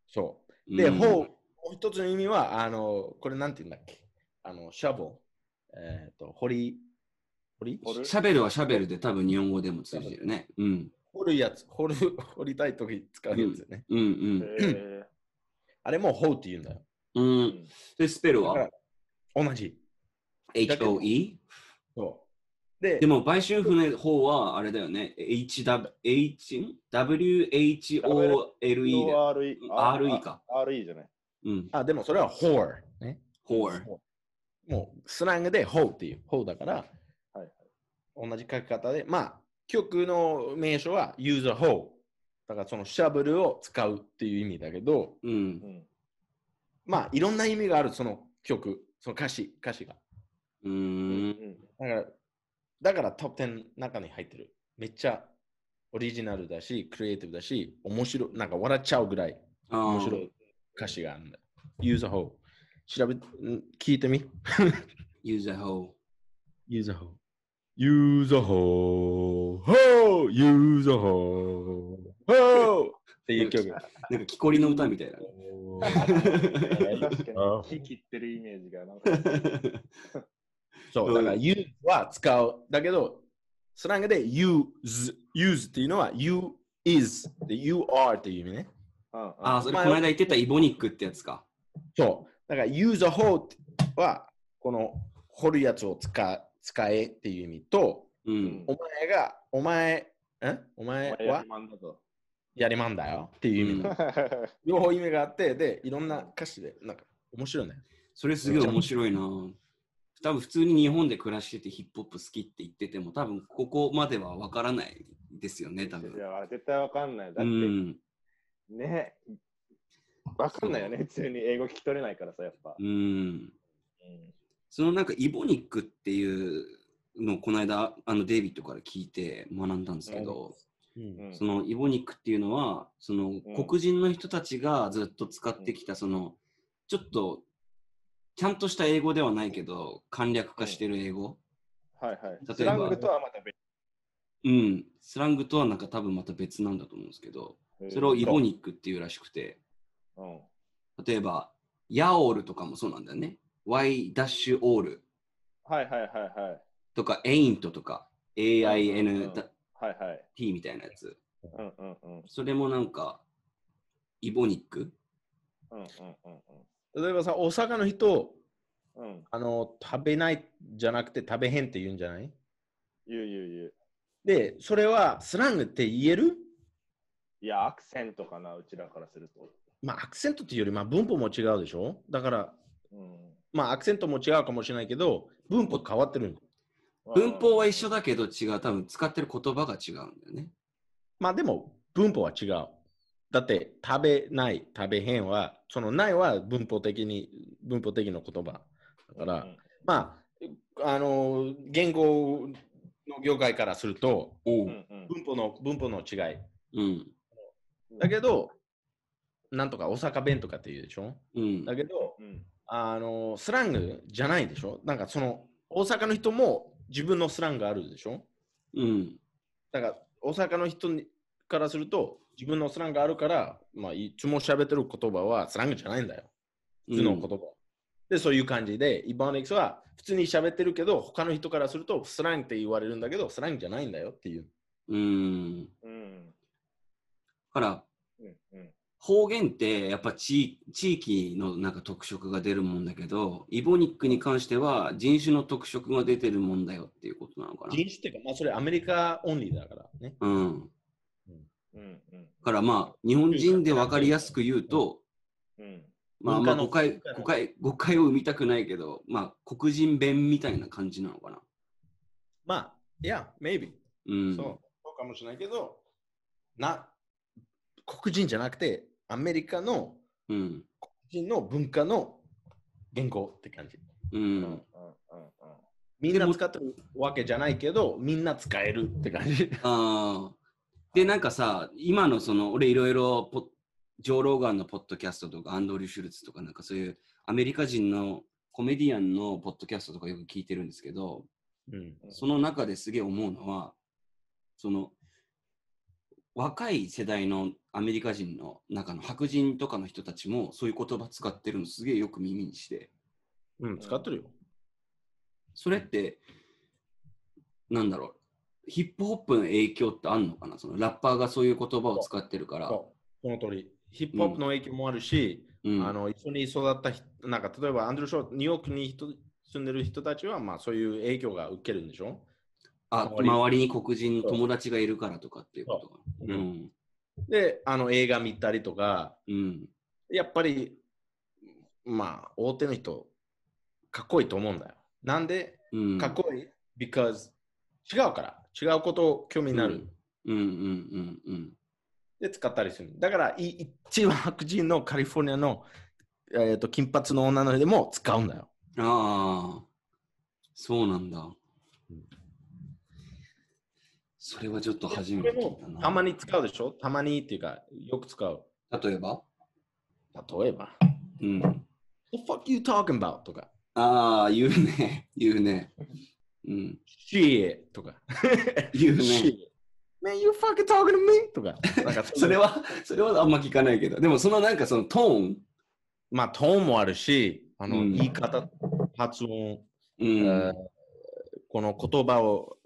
S3: そう。で、
S2: うん
S3: ほう、もう一つの意味は、あの、これなんて言うんだっけあの、シャボル。えっ、と、掘り、掘り
S4: 掘る
S2: シャベルはシャベルで多分日本語でも通じてるね。うん。
S3: 掘るやつ、掘る、掘りたいとき使うやつよね。
S2: うんうん。
S4: へ
S3: あれもほうって言うんだよ。
S2: う
S4: ー
S2: ん。で、スペル
S3: だか
S2: は
S3: ら、同じ。だけど
S2: ?HOE?
S3: そう。で、
S2: でも、売春婦の方は、あれだよね。HW、H? WHOLE だ。
S4: RE
S2: RE か。
S4: RE じゃない。
S2: うん。
S3: あ、でもそれはホー。ね。
S2: Whore
S3: もう、スラングでほうっていう、ほうだから、
S4: はい
S3: 同じ書き方で、まあ、曲の名称は use a hole。だから、そのシャブルを使うっていう意味だけど、
S2: う。
S4: うんん
S3: まあ、いろんな意味がある、その曲、その歌詞、歌詞が。
S2: う
S4: う
S2: ーん。
S4: ん
S3: だから、だからトップ10の中に入ってる。めっちゃオリジナルだし、クリエイティブだし、面白い、なんか笑っちゃうぐらい
S2: あー
S3: 面白い歌詞があるんだよ。Use a hole。調べ、ん聞いてみ。
S2: Use a hole.
S3: Use a hole。Use a hole. Ho! Use a hole. Ho! っていう 曲。
S2: なんか、木こりの歌みたいな。
S4: 確か
S3: あ
S4: に、木切ってるイメージがなんか。
S3: そう、だから use は使う。だけど、スラングで use, use っていうのは you is で you are っていう意味ね。
S4: うんうん
S2: あー、それこの間言ってたイボニックってやつか。
S3: そう。だから use a hole はこの掘るやつを使使えっていう意味と、
S2: う。
S4: うん
S3: お前が、お前、んお前
S4: お前
S3: は
S4: 役満だと
S3: やりまんだよっていう意味、
S2: うん
S3: 両方意味があって、で、いろんな歌詞で、なんか面白いね。
S2: それすげえ面白いな。多分普通に日本で暮らしててヒップホップ好きって言ってても、多分ここまではわからないですよね、多分
S4: い。や、絶対わかんない。だ
S2: う
S4: って、
S2: ん。
S4: ね。わかんないよね、普通に英語聞き取れないからさ、やっぱ。
S2: うん。
S4: うん
S2: そのなんかイボニックっていうのをこの間、あのデイビッドから聞いて学んだんですけど、
S3: うん
S4: うん
S2: そのイボニックっていうのは、その
S4: ん
S2: 黒人の人たちがずっと使ってきた、その、ちょっと、ちゃんとした英語ではないけど、簡略化してる英語。
S4: はいはい。
S2: ば
S4: スラングとはまた別
S2: うん。スラングとはなんか多分また別なんだと思うんですけど、
S4: に
S2: それをイボニックっていうらしくて、
S4: うん
S2: 例えば、ヤオールとかもそうなんだよね。Y ダッシュオール
S4: はいはいはいはい。
S2: とか、エイントとか、AINT
S4: はいはい。
S2: みたいなやつ。
S4: うんうんうん
S2: それもなんか、イボニック
S4: うんうんう
S3: 例えばさ、大阪の人、
S4: んうん。うん。
S3: あの、食べないじゃなくて食べへんって言うんじゃない
S4: 言う言う言う。
S3: で、それはスラングって言える
S4: いや、アクセントかな、うちらからすると。
S3: まあ、アクセントっていうより、まあ、文法も違うでしょだから、
S4: うん
S3: まあ、アクセントも違うかもしれないけど、文法変わってるん
S2: 文法は一緒だけど違う。多分使ってる言葉が違うんだよね。
S3: まあでも文法は違う。だって食べない、食べへんは、そのないは文法的に、文法的な言葉。だから、
S4: うん
S3: まあ、あの、言語の業界からすると、
S2: お
S4: うんうん
S3: 文法の、文法の違い。
S2: うん。
S3: だけど、なんとか大阪弁とかって言うでしょ
S2: うん。
S3: だけど、
S4: うん
S3: あの、スラングじゃないでしょなんかその、大阪の人も自分のスラングあるでしょ
S2: うん。
S3: だから大阪の人にからすると自分のスラングあるから、まあ、いつも喋ってる言葉はスラングじゃないんだよ。普通の言葉。で、そういう感じで、イバニックスは普通に喋ってるけど、他の人からするとスラングって言われるんだけど、スラングじゃないんだよっていう。
S2: うん。だ
S4: うん
S2: から、
S4: うんうん
S2: 方言ってやっぱ地地域のなんか特色が出るもんだけど、イボニックに関しては人種の特色が出てるもんだよっていうことなのかな
S3: 人。種っていうか、まあ、それアメリカオンリーだからね。
S2: うん。
S4: うんうん
S2: だからまあ、日本人で分かりやすく言うと、
S4: うん
S2: まあまあ
S3: 文化の
S2: 誤解
S3: 文化の
S2: 誤解誤解を生みたくないけど、まあ黒人弁みたいな感じなのかな。
S3: まあ、いや、maybe、
S2: うん。
S3: そう。そうかもしれないけど、な、黒人じゃなくて、アメリカの
S2: うん。
S3: 人の文化の言語って感じ。
S2: う
S4: うんうん
S2: ん。
S4: うんうん
S3: みんな使ってるわけじゃないけど、みんな使えるって感じ。
S2: ああ。で、なんかさ、今のその、俺いろいろポッ、ジョー・ローガンのポッドキャストとか、アンドリュー・シュルツとか、なんかそういうアメリカ人のコメディアンのポッドキャストとかよく聞いてるんですけど、
S3: うん。
S2: その中ですげえ思うのは、その、若い世代のアメリカ人の中の白人とかの人たちもそういう言葉使ってるのすげえよく耳にして、
S3: うん、使ってるよ。
S2: それって、なんだろう、ヒップホップの影響ってあんのかなそのラッパーがそういう言葉を使ってるから。
S3: そうこの通り。ヒップホップの影響もあるし、
S2: うん、
S3: あの一緒に育った人、なんか例えばアンドリュー・ショー、ニューヨークに人住んでる人たちは、まあそういう影響が受けるんでしょ
S2: あ
S3: 周り
S2: 周りに黒人の友達がいるからとかっていうことか。
S3: そう
S2: う。
S3: うんで、あの映画見たりとか、
S2: うん。
S3: やっぱり、まあ大手の人、かっこいいと思うんだよ。なんで
S2: うん。
S3: かっこいい、?because 違うから、違うことを興味になる。
S2: うんうんうんうん
S3: で使ったりする。だから、い一番白人のカリフォルニアの、えー、と金髪の女の人でも使うんだよ。
S2: うん。ああ、そうなんだ。それはちょっと初めて聞いたな。
S3: たまに使うでしょたまにっていうか、よく使う。
S2: 例えば
S3: 例えば、
S2: うん。
S3: The fuck you talking about? とか、
S2: ああ、言うね。言うね。うん。
S3: Shit! とか、
S2: 言うね。
S3: Shit! Man, you fucking talking to me? とか、なん か
S2: それは、それはあんま聞かないけど。でもそのなんかそのトーン。
S3: まあ、トーンもあるし、あの
S2: うん
S3: 言い方、発音、
S2: う
S3: え
S2: ん。
S3: ーこの言葉を、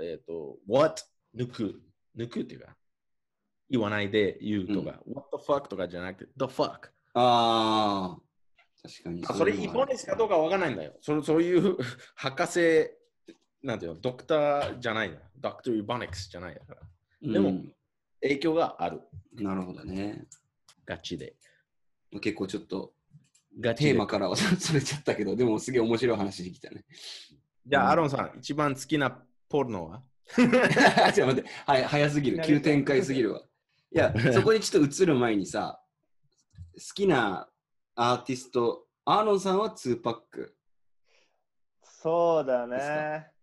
S3: えっ、と、what? 抜く。抜くっていうか、言わないで言うとか、what the fuck? とかじゃなくて、the fuck。
S2: ああ。確かに
S3: あそれイボネスかどうかわからないんだよ。そのそういう博士、なんていうの、ドクターじゃないんだ。ドクターイボネスじゃないんだから。でも
S2: うん
S3: 影響がある。
S2: なるほどね。
S3: ガチで。
S2: 結構ちょっと
S3: ガチで
S2: テーマからは それちゃったけど、でもすげえ面白い話できたね。
S3: じゃあ、
S2: うん
S3: アロンさん、一番好きなポルノは
S2: ちょっと待って、はい、早すぎる、急展開すぎるわ。いや、そこにちょっと移る前にさ、好きなアーティスト、アーロンさんは2パック。
S4: そうだ
S2: です
S4: ね。うん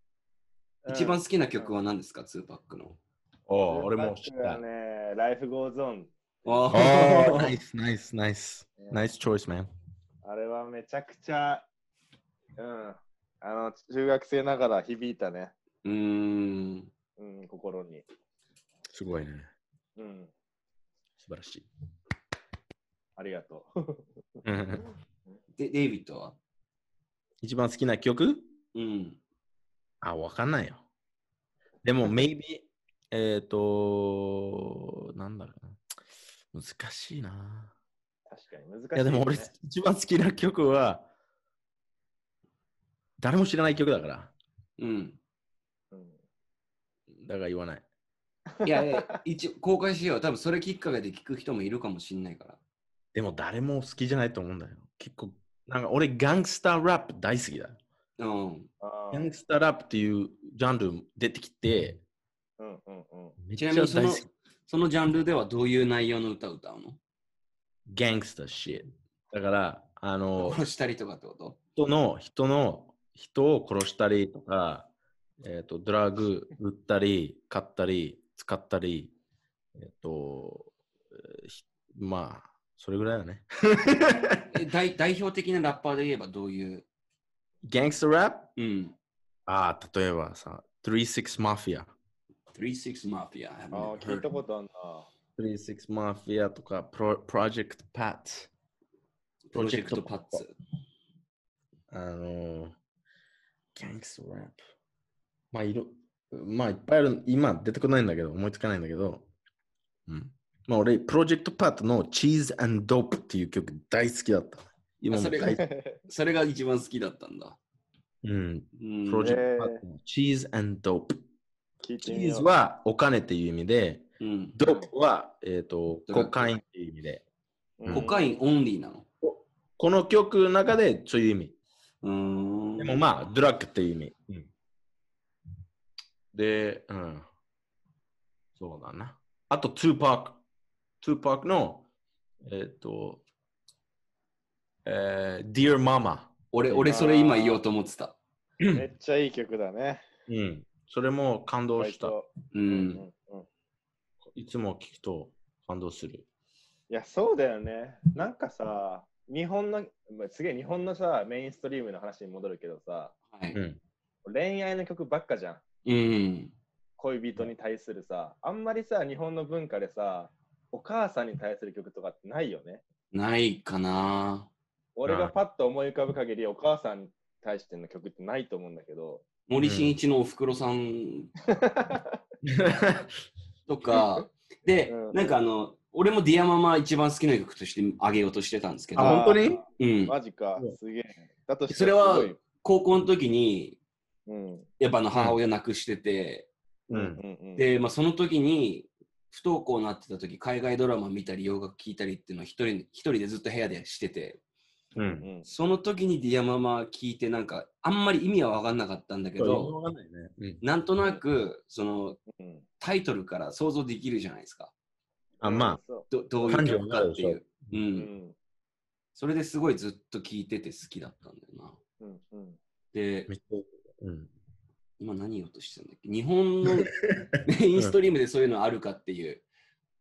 S2: 一番好きな曲は何ですか、2パックの。
S3: おお、俺も
S4: 僕
S3: 知っ
S4: は
S3: た。
S4: ね、ライフゴーゾン。
S2: あ
S3: お
S2: ー
S3: ー、ナイス、ナイス、ナイス。ナイスチョイス、マン。
S4: あれはめちゃくちゃ、うん。あの、中学生ながら響いたね。
S2: うーん。
S4: うん、心に。
S3: すごいね。
S4: うん。
S3: 素晴らしい。
S4: ありがとう。
S3: うん
S2: で、デイビッドは
S3: 一番好きな曲
S2: うん。
S3: あ、わかんないよ。でも、maybe、えっ、と、なんだろうな。難しいな。
S4: 確かに難しい、
S3: いや、でも俺、一番好きな曲は、誰も知らない曲だから。
S2: うん。
S4: うん
S3: だから言わない。
S2: いや、いや一応公開しよう。多分それきっかけで聞く人もいるかもしんないから。
S3: でも誰も好きじゃないと思うんだよ。結構、なんか俺、ガングスターラップ大好きだ。
S2: うん。
S4: あ
S3: ガン
S4: ー
S3: グスターラップっていうジャンル出てきて、
S4: うんうんうん。
S3: めっ
S2: ち
S3: ち
S2: な
S3: ゃ
S2: み
S3: 大
S2: にその
S3: 好き。、
S2: そのジャンルではどういう内容の歌を歌うの
S3: ガングスターシッだから、あの、
S2: 殺したりとかってこと
S3: 人の、人の、人を殺したりとか、えっ、と、ドラッグ売ったり、買ったり、使ったり、えっ、と、えーひまあ、それぐらい だね。
S2: え代代表的なラッパーで言えばどういう、
S3: ガングスターラップ
S2: うん、
S3: ああ、例えばさ、36マフィア。
S2: 36 Mafia。I haven't
S4: あ
S2: heard
S4: あ、聞いたことある
S3: 36マフィアとか、プロプロジェクトパッツ。
S2: プロジェクトパッツ。
S3: あのー、ギャングスラップ。まあ、いろ、まあ、いっぱいある、今出てこないんだけど、思いつかないんだけど、うん。まあ、俺、プロジェクトパッツの Cheese and Dope っていう曲大好きだった。今も
S2: それ
S3: 大好き。
S4: な。
S2: それが一番好きだったんだ。
S3: うん。
S2: うん
S3: プロジェクトパッツの Cheese and Dope。
S4: 聞いてみよ
S3: Cheese
S4: う。
S3: はお金っていう意味で、
S2: うん、
S3: Dope は、えっ、と、
S2: ドラッグ
S3: コカインっていう意味で、
S4: うん
S2: コカインオンリーなの。
S3: この曲の中でそういう意味。
S2: うーん。
S3: でもまあ、ドラッグっていう意味。で、うん。そうだな。あと、2パーク。2パークの、えっ、と、えー、Dear Mama。
S2: 俺、俺それ今言おうと思ってた。
S4: めっちゃいい曲だね。
S3: うん。それも感動した。
S4: 割と
S2: う。
S4: うんうんうん
S3: いつも聞くと感動する。。
S4: いや、そうだよね。なんかさ、日本の、まあすげえ日本のさ、メインストリームの話に戻るけどさ、
S2: はいう
S3: ん。
S4: 恋愛の曲ばっかじゃん。
S2: うん。
S4: 恋人に対するさ、あんまりさ、日本の文化でさ、お母さんに対する曲とかってないよね。
S2: ないかな。
S4: 俺
S3: は
S4: が
S3: い
S4: パッと思い浮かぶ限り、お母さんに対しての曲ってないと思うんだけど、
S2: 森進一のおふくろさんと か、で、
S4: うん
S2: なんかあの、俺もディアママ一番好きな曲としてあげようとしてたんですけ
S3: あ、
S2: ど、
S4: あー
S3: 本当に
S2: うん、
S4: マジか
S3: うん、
S4: すげえ。だとして
S2: それは
S4: すごい
S2: 高校の時に、
S4: うん、
S2: やっぱあの母親亡くしてて、
S3: う。
S4: うんんうん、
S2: で、まあ、その時に、不登校になってた時、海外ドラマ見たり、洋楽聴いたりっていうのを一人一人でずっと部屋でしてて、
S3: う。
S4: うんん、
S2: その時にディアママ聞いて、なんか、あんまり意味は分かんなかったんだけど、
S3: わかんないね。うん。
S2: なんとなく、その、
S4: うん、
S2: タイトルから想像できるじゃないですか。
S3: あ、ま
S4: そ
S2: どどういう曲かっていう。う。
S4: う、うんん
S2: それですごいずっと聴いてて好きだったんだよな。
S4: うんうん、
S2: で
S3: あ、、めっちゃうん。
S2: 今何言おうとしてたんだっけ日本 のメインストリームでそういうのあるかっていう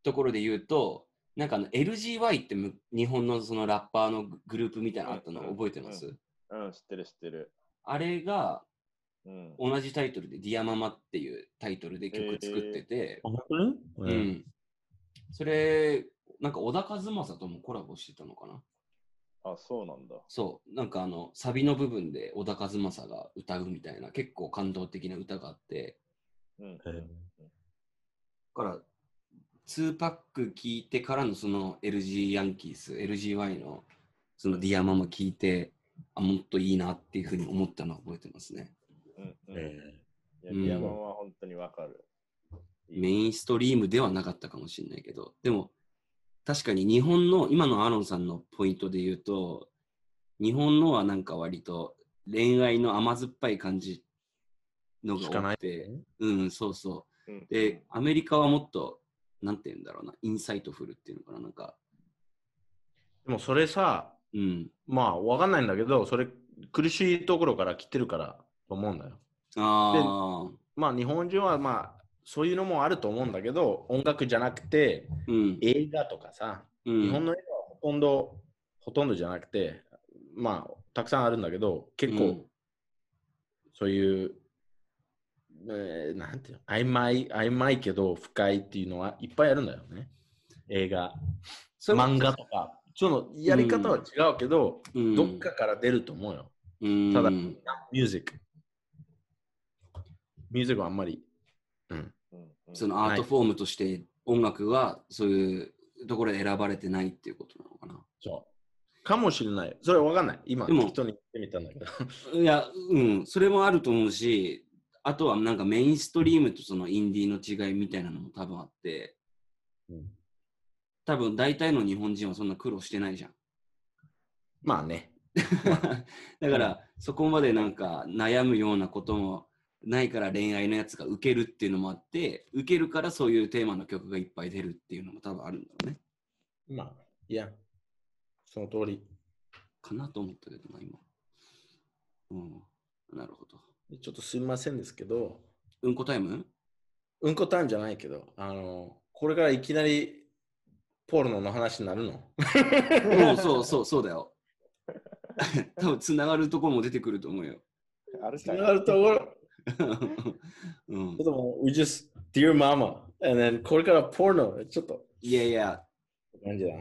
S2: ところで言うと、なんかあの LGY ってむ日本のそのラッパーのグループみたいなのあったの
S4: うん
S2: 覚えてます、
S4: うん、知ってる知ってる。
S2: あれが
S4: うん、
S2: 同じタイトルで「ディアママっていうタイトルで曲作ってて、
S3: あ、本当に
S2: う。ん、それなんか小田和正ともコラボしてたのかな
S4: あ、そうなんだ。
S2: そうなんかあのサビの部分で小田和正が歌うみたいな結構感動的な歌があって
S4: うん。
S3: へー
S2: から、2パック聞いてからのその LG ヤンキース、LGY のそのディアママ聞いて、あ、もっといいなっていうふうに思ったのは覚えてますね。
S4: うんうん
S3: え
S4: いや、ピアノは本当にわかる。
S2: メインストリームではなかったかもしれないけど、でも確かに日本の今のアロンさんのポイントで言うと、日本のはなんか割と恋愛の甘酸っぱい感じのが
S3: しかな
S2: 多
S3: い
S2: くて、うん、そうそう。
S4: うん
S2: で、、アメリカはもっと、なんて言うんだろうな、インサイトフルっていうのかな、なんか、
S3: でもそれさ、
S2: うん。
S3: まあわかんないんだけど、それ苦しいところから来てるからと思うんだよ。
S2: ああ、
S3: まあ日本人はまあそういうのもあると思うんだけど、音楽じゃなくて
S2: うん。
S3: 映画とかさ、
S2: うん
S3: 日本の映画はほとんど、ほとんどじゃなくて、まあたくさんあるんだけど、結構、そういう、えーなんていうの曖昧、曖昧けど不快っていうのはいっぱいあるんだよね。映画、
S2: それ
S3: 漫画とか。そのやり方は違うけど、
S2: うん
S3: どっかから出ると思うよ。
S2: うん、
S3: ただミュージック。ミュージックはあんまり。うん。
S4: うんうん
S2: そのアートフォームとして音楽はそういうところで選ばれてないっていうことなのかな。
S3: そう。かもしれない。それわかんない。今、
S2: でも
S3: 人に言ってみたんだけど。
S2: いや、うん、それもあると思うし、あとはなんかメインストリームとそのインディーの違いみたいなのも多分あって、
S3: うん
S2: 多分大体の日本人はそんな苦労してないじゃん。
S3: まあね。
S2: だから、そこまでなんか悩むようなこともないから恋愛のやつが受けるっていうのもあって、受けるからそういうテーマの曲がいっぱい出るっていうのも多分あるんだろうね。
S3: まあ、いや、その通り。
S2: かなと思ったけどな、今。うん。なるほど。
S3: ちょっとすみませんですけど、
S2: うんこタイム
S3: うんこタイムじゃないけど、あの、これからいきなりポルノの話になるの
S2: うん、そうそう、そうだよ。 多分つながるところも出てくると思うよ。
S4: あるか
S3: 繋
S4: い
S3: がるところ。
S2: うん
S3: ちょっ、ともう、we just, dear mama, and then これからポルノ、ちょっと、
S2: いやいや、
S3: 感じだ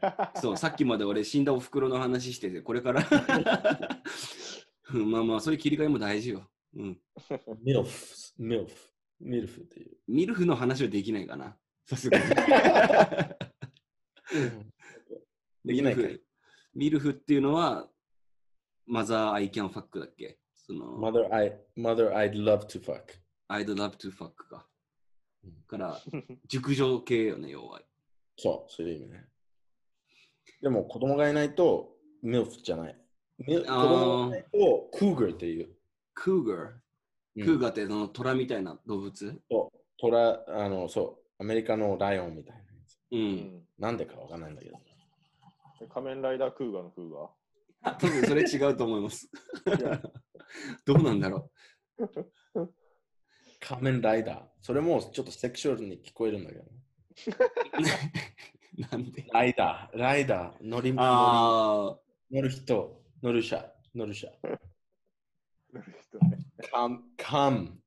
S3: な。
S2: そう、さっきまで俺死んだおふくろの話してて、これから。 うんまあまあ、そういう切り替えも大事よ。うん。
S3: ミルフ、ミルフ、ミルフっていう。
S2: ミルフの話はできないか な。さすがに。
S3: できない
S2: ミ
S3: かい
S2: ルフ。ミルフっていうのは、マザー・アイ・キャン・ファックだっけその、
S3: Mother, I, mother, I'd love to fuck.
S2: I'd love to fuck か
S3: うん。
S2: から、熟女系よね、要は。
S3: そう、そういう意味ね。でも子供がいないと、ミルフじゃない。ミル子
S2: あー
S3: 供がいないと、クーガーっていう。
S2: クーガー。
S3: うん
S2: クーガーってその虎みたいな動物
S3: そう、トラ、あの、そう、アメリカのライオンみたいなやつ。
S2: う。
S4: うんん
S3: なんでかわかんないんだけど。
S4: 仮面ライダークーガーのクーガー
S2: 多分それ違うと思います。 どうなんだろ
S3: 仮面ライダー。それもちょっとセクシュアルに聞こえるんだけど。
S2: う。 なんで
S3: ライダー、ライダー、乗り、乗
S2: あ あ、
S3: り乗る人、乗る車、乗る車。
S4: なる人ね。
S3: カム、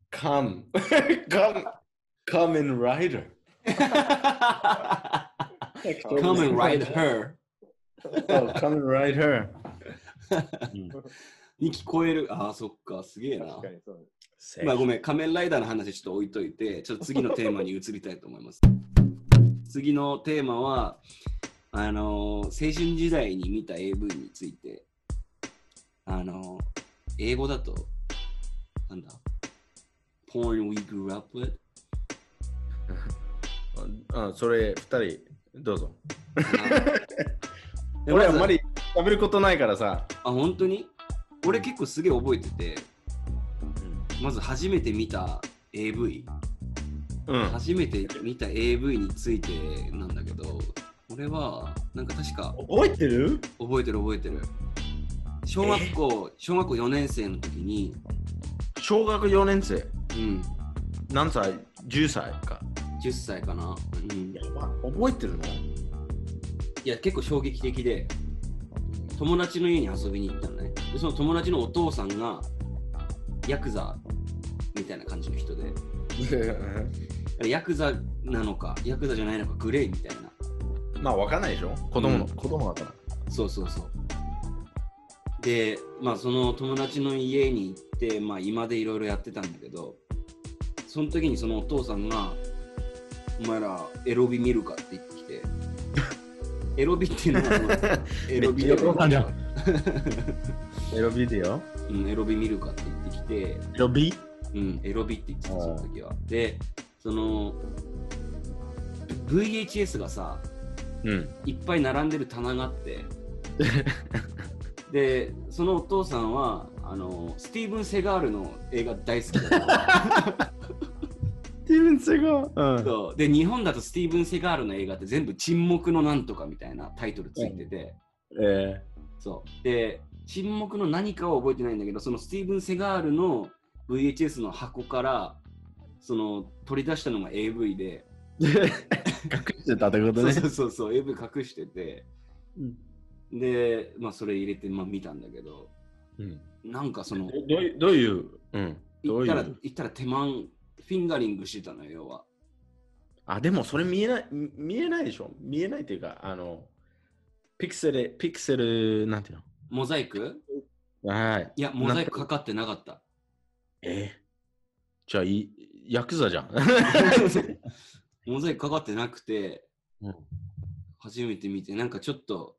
S3: カム、カ ム、カム、カメンライ ダー。
S2: Come and ride her
S3: そう、カメンライダー。
S2: に聞こえる。ああ、そっか、すげえな
S4: 確か。にそうです。
S2: まあごめん、仮面ライダーの話ちょっと置いといて、ちょっと次のテーマに移りたいと思います。次のテーマは、あのー青春時代に見た AV について、あのー英語だと、なんだ、Porn We Grew Up With?
S3: ああそれ、二人、どうぞ。
S2: で
S3: 俺、あ
S2: ま
S3: ん
S2: ず
S3: まり食べることないからさ。
S2: あ、本当に俺結構すげえ覚えてて、まず初めて見た AV、
S3: うん。
S2: 初めて見た AV についてなんだけど、俺は、なんか確か、
S3: 覚えてる
S2: 覚えてる覚えてる小学校小学校4年生の時に
S3: 小学4年生。
S2: うん
S3: 何歳 ?10 歳か。
S2: 10歳かな、うん、い
S3: やば覚えて るの
S2: や結構衝撃的で友達の家に遊びに行ったのねでその友達のお父さんがヤクザみたいな感じの人でヤクザなのかヤクザじゃないのかグレーみたいな
S3: まあ、わかんないでしょ子供の、
S2: うん
S3: 子供だか
S2: そうそうそうでまあその友達の家に行ってまあ今でいろいろやってたんだけどその時にそのお父さんが、お前らエロビ見るかって言ってき て、エロビっていうのはその、エロビ
S3: めっちゃお父さんじゃんエロビデオ
S2: うん、エロビ見るかって言ってきて、
S3: エロビ
S2: うん、エロビって言ってた、
S3: あー
S2: その時は。で、その、VHS がさ、
S3: うん。
S2: いっぱい並んでる棚があって、で、そのお父さんは、あの、スティーブン・セガールの映画大好きだから、
S3: ティーブン・セガー。
S2: そうで、日本だとスティーブン・セガールの映画って全部沈黙のなんとかみたいなタイトルついてて、
S3: うん。 え
S2: そう。で、沈黙の何かは覚えてないんだけど、そのスティーブン・セガールの VHS の箱から、その取り出したのが AV で、
S3: ー、隠してたってこ
S2: そ
S3: と
S2: う
S3: ね
S2: そ。うそうそう、AV 隠してて、で、まあそれ入れて、まあ見たんだけど、
S3: うん
S2: なんかその、
S3: どういう、どういう、うん、
S2: 行っ
S3: どうい
S2: たら
S3: う。、
S2: 行ったら手満、フィンガリングしてたのよ、要は。
S3: あ、でもそれ見えない、み見えないでしょ見えないっていうか、あの、ピクセル、ピクセル、なんていう
S2: モザイク
S3: のはい。
S2: いや、モザイクかかってなか った。
S3: えじゃあ、いヤクザじゃん。
S2: モザイクかかってなくて、
S3: うん
S2: 初めて見て、なんかちょっと、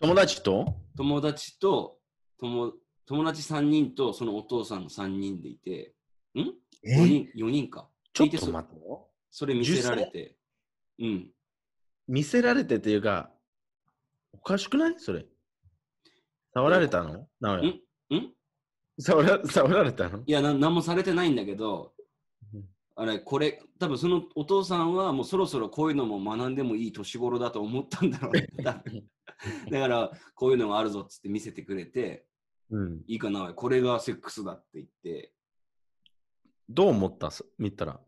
S3: 友達と
S2: 友達と友友達3人とそのお父さんの3人でいて、ん ?4 人 ,4 人か。
S3: ちょっと待ってよ。
S2: それ見せられて。うん。
S3: 見せられてっていうか、おかしくないそれ。触られたのなおや。
S2: ん
S3: 触ら触られたの
S2: いやな、何もされてないんだけど
S3: うん、
S2: あれ、これ、多分そのお父さんはもうそろそろこういうのも学んでもいい年頃だと思ったんだろう ね。多分だから、こういうのがあるぞっつって見せてくれて、
S3: うん。
S2: いいかな、おいこれがセックスだって言って、
S3: どう思ったす見たら。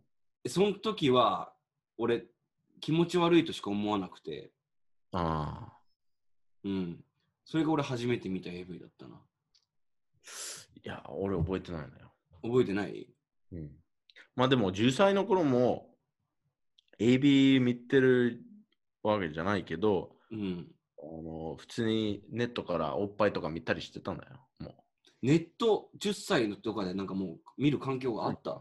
S2: その時は、俺、気持ち悪いとしか思わなくて、
S3: ああ。
S2: うん。それが俺初めて見た AV だったな。
S3: いや、俺覚えてないのよ。
S2: 覚えてない
S3: うん。まあでも、10歳の頃も、AB 見てるわけじゃないけど、
S2: うん。
S3: あの普通にネットからおっぱいとか見たりしてたんだよ。も
S2: ネット10歳のとかでなんかもう見る環境があった。
S3: う。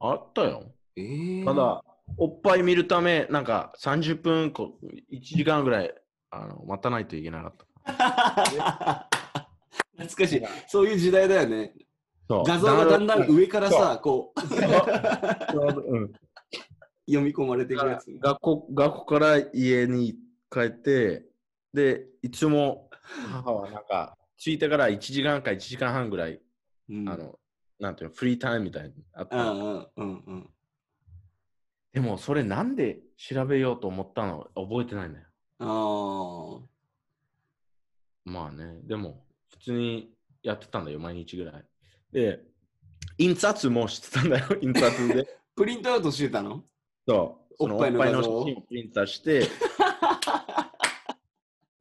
S3: あったよ。
S2: えー、
S3: ただ、おっぱい見るため、なんか30分、こう1時間ぐらいあの待たないといけなかった。
S2: 懐かしい。そういう時代だよね。
S3: そう
S2: 画像がだんだん上から
S3: そ
S2: さ、こう
S3: うん
S2: 読み込まれていくやつ。
S3: 学校学校から家に帰って、で、いつも母はなんか、着いてから1時間か1時間半ぐらい、
S2: うん
S3: あの、なんていうの、フリータイムみたいにあっ
S2: う
S3: たの。
S2: んうんうんうん。
S3: でも、それなんで調べようと思ったの覚えてないんだよ。
S2: あ
S3: まあね、でも、普通にやってたんだよ、毎日ぐらい。で、印刷もしてたんだよ、 印刷で。
S2: あ。プリントアウトしてたの
S3: そう、そ
S2: おっぱいの画像
S3: おっぱいの写真をプリントして。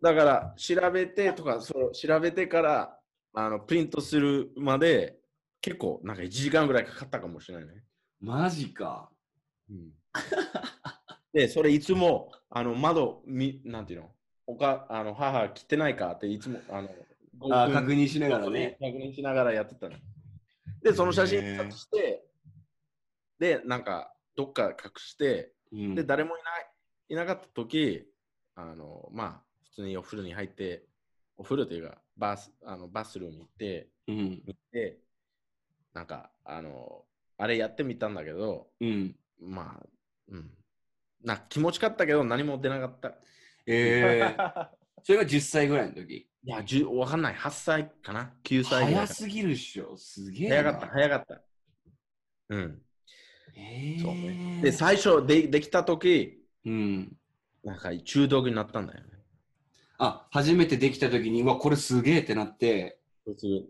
S3: だから、調べてとか、その調べてからあのプリントするまで、結構、なんか1時間ぐらいかかったかもしれないね。
S2: マジか。
S3: で、それいつも、あの窓、みなんていうのおかあの母来てないかっていつも、あの、
S2: あー
S3: 5分
S2: 確認しながらね。
S3: 確認しながらやってたの。で、その写真
S2: へー
S3: 印刷して、で、なんか、どっか隠して、
S2: うん
S3: で、誰もいない、いなかった時、あの、まあ、普通にお風呂に入って、お風呂というか、バス、あのバスルーム行って、
S2: うん。
S3: 見て、なんか、あの、あれやってみたんだけど、
S2: うん。
S3: まあ、うん。な気持ちかったけど、何も出なかった。い
S2: え ー、それが10歳ぐらいの時。
S3: や、じゅわかんない。8歳かな ?9 歳ぐらい
S2: 早
S3: か
S2: すぎるっしょ。すげえな。
S3: 早かった、早かった。うん。
S2: えー、
S3: そうねで、最初で、できた時
S2: うん。
S3: なんか中毒になったんだよね。
S2: あ、初めてできた時に、うわ、これすげえってなって、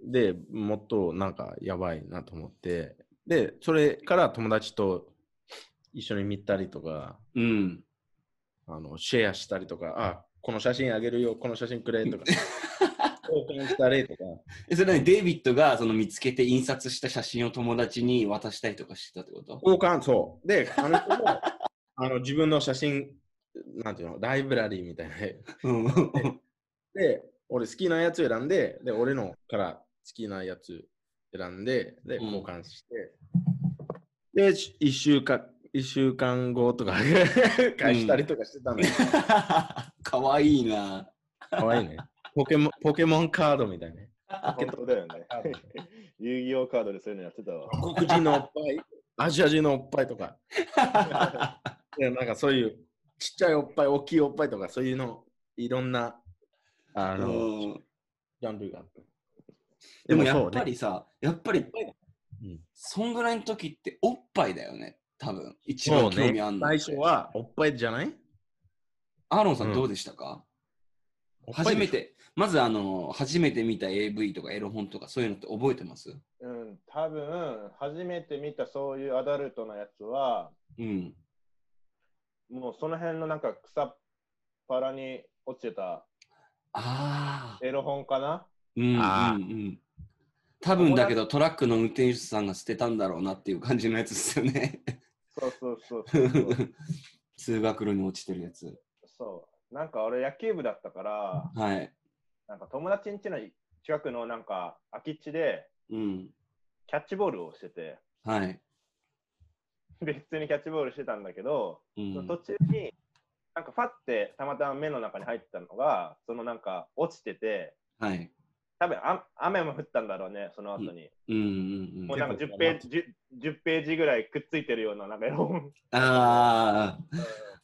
S3: で、もっとなんかやばいなと思って、で、それから友達と一緒に見たりとか、
S2: うん。
S3: あのシェアしたりとか、あ、この写真あげるよ、この写真く れとか、交換したりとか、
S2: えそれ何デイビッドがその見つけて印刷した写真を友達に渡したりとかしてたってこと
S3: 交換、そう。で、あの人もあの自分の写真、なんていうの、ライブラリーみたいな。
S2: うん。
S3: で、俺好きなやつ選んで、で、俺のから好きなやつ選んで、で、
S2: うん
S3: 交換して、で、1週間、一週間後とか 返したりとかしてたのよ。
S2: かわいいな。
S3: かわいいね。ポケモン、ポケモンカードみたいね。
S4: 本当だよね。遊戯王カードでそういうのやってたわ。
S3: 黒人のおっぱい、アジア人のおっぱい とか、いやなんかそういうちっちゃいおっぱい、大きいおっぱいとか、そういうの、いろんな、あ
S2: あ
S3: の、
S2: の
S3: ジャンルがあって。
S2: でも
S3: そ
S2: や
S3: う
S2: っぱりさ、やっぱり
S3: うん、
S2: そんぐらいの時っておっぱいだよね、多分一
S3: そう
S2: 番興味あ
S3: ね
S2: ん、の。
S3: 最初はおっぱいじゃない
S2: アーロンさ
S3: うんん
S2: どうでしたか、
S3: おっぱ
S2: 初
S3: いでしょ
S2: めて、まずあの、初めて見た AV とかエロ本とかそういうのって覚えてます
S4: うん、多分、初めて見たそういうアダルトのやつは、
S2: うん。
S4: もうその辺のなんか草っ腹に落ちてた
S2: ああ。
S4: エロ本かな
S2: うんうんう
S3: あ
S2: ん。多分だけどトラックの運転手さんが捨てたんだろうなっていう感じのやつですよ ね。
S4: そうそうそうそ うそう
S2: 通学路に落ちてるやつ。
S4: そう。なんか俺野球部だったから、
S2: はい。
S4: なんか友達ん家の近くのなんか空き地で
S2: うん。
S4: キャッチボールをしてて、
S2: はい。
S4: で、普通にキャッチボールしてたんだけど、
S2: うん。
S4: 途中に、なんかファってたまたま目の中に入ったのが、そのなんか落ちてて、
S2: はい。
S4: 多分あ雨も降ったんだろうね、その後に。
S2: うんうん
S4: も
S2: う。
S4: うんなんか10ページ 10, 10ページぐらいくっついてるようななんかエロ本、
S2: あ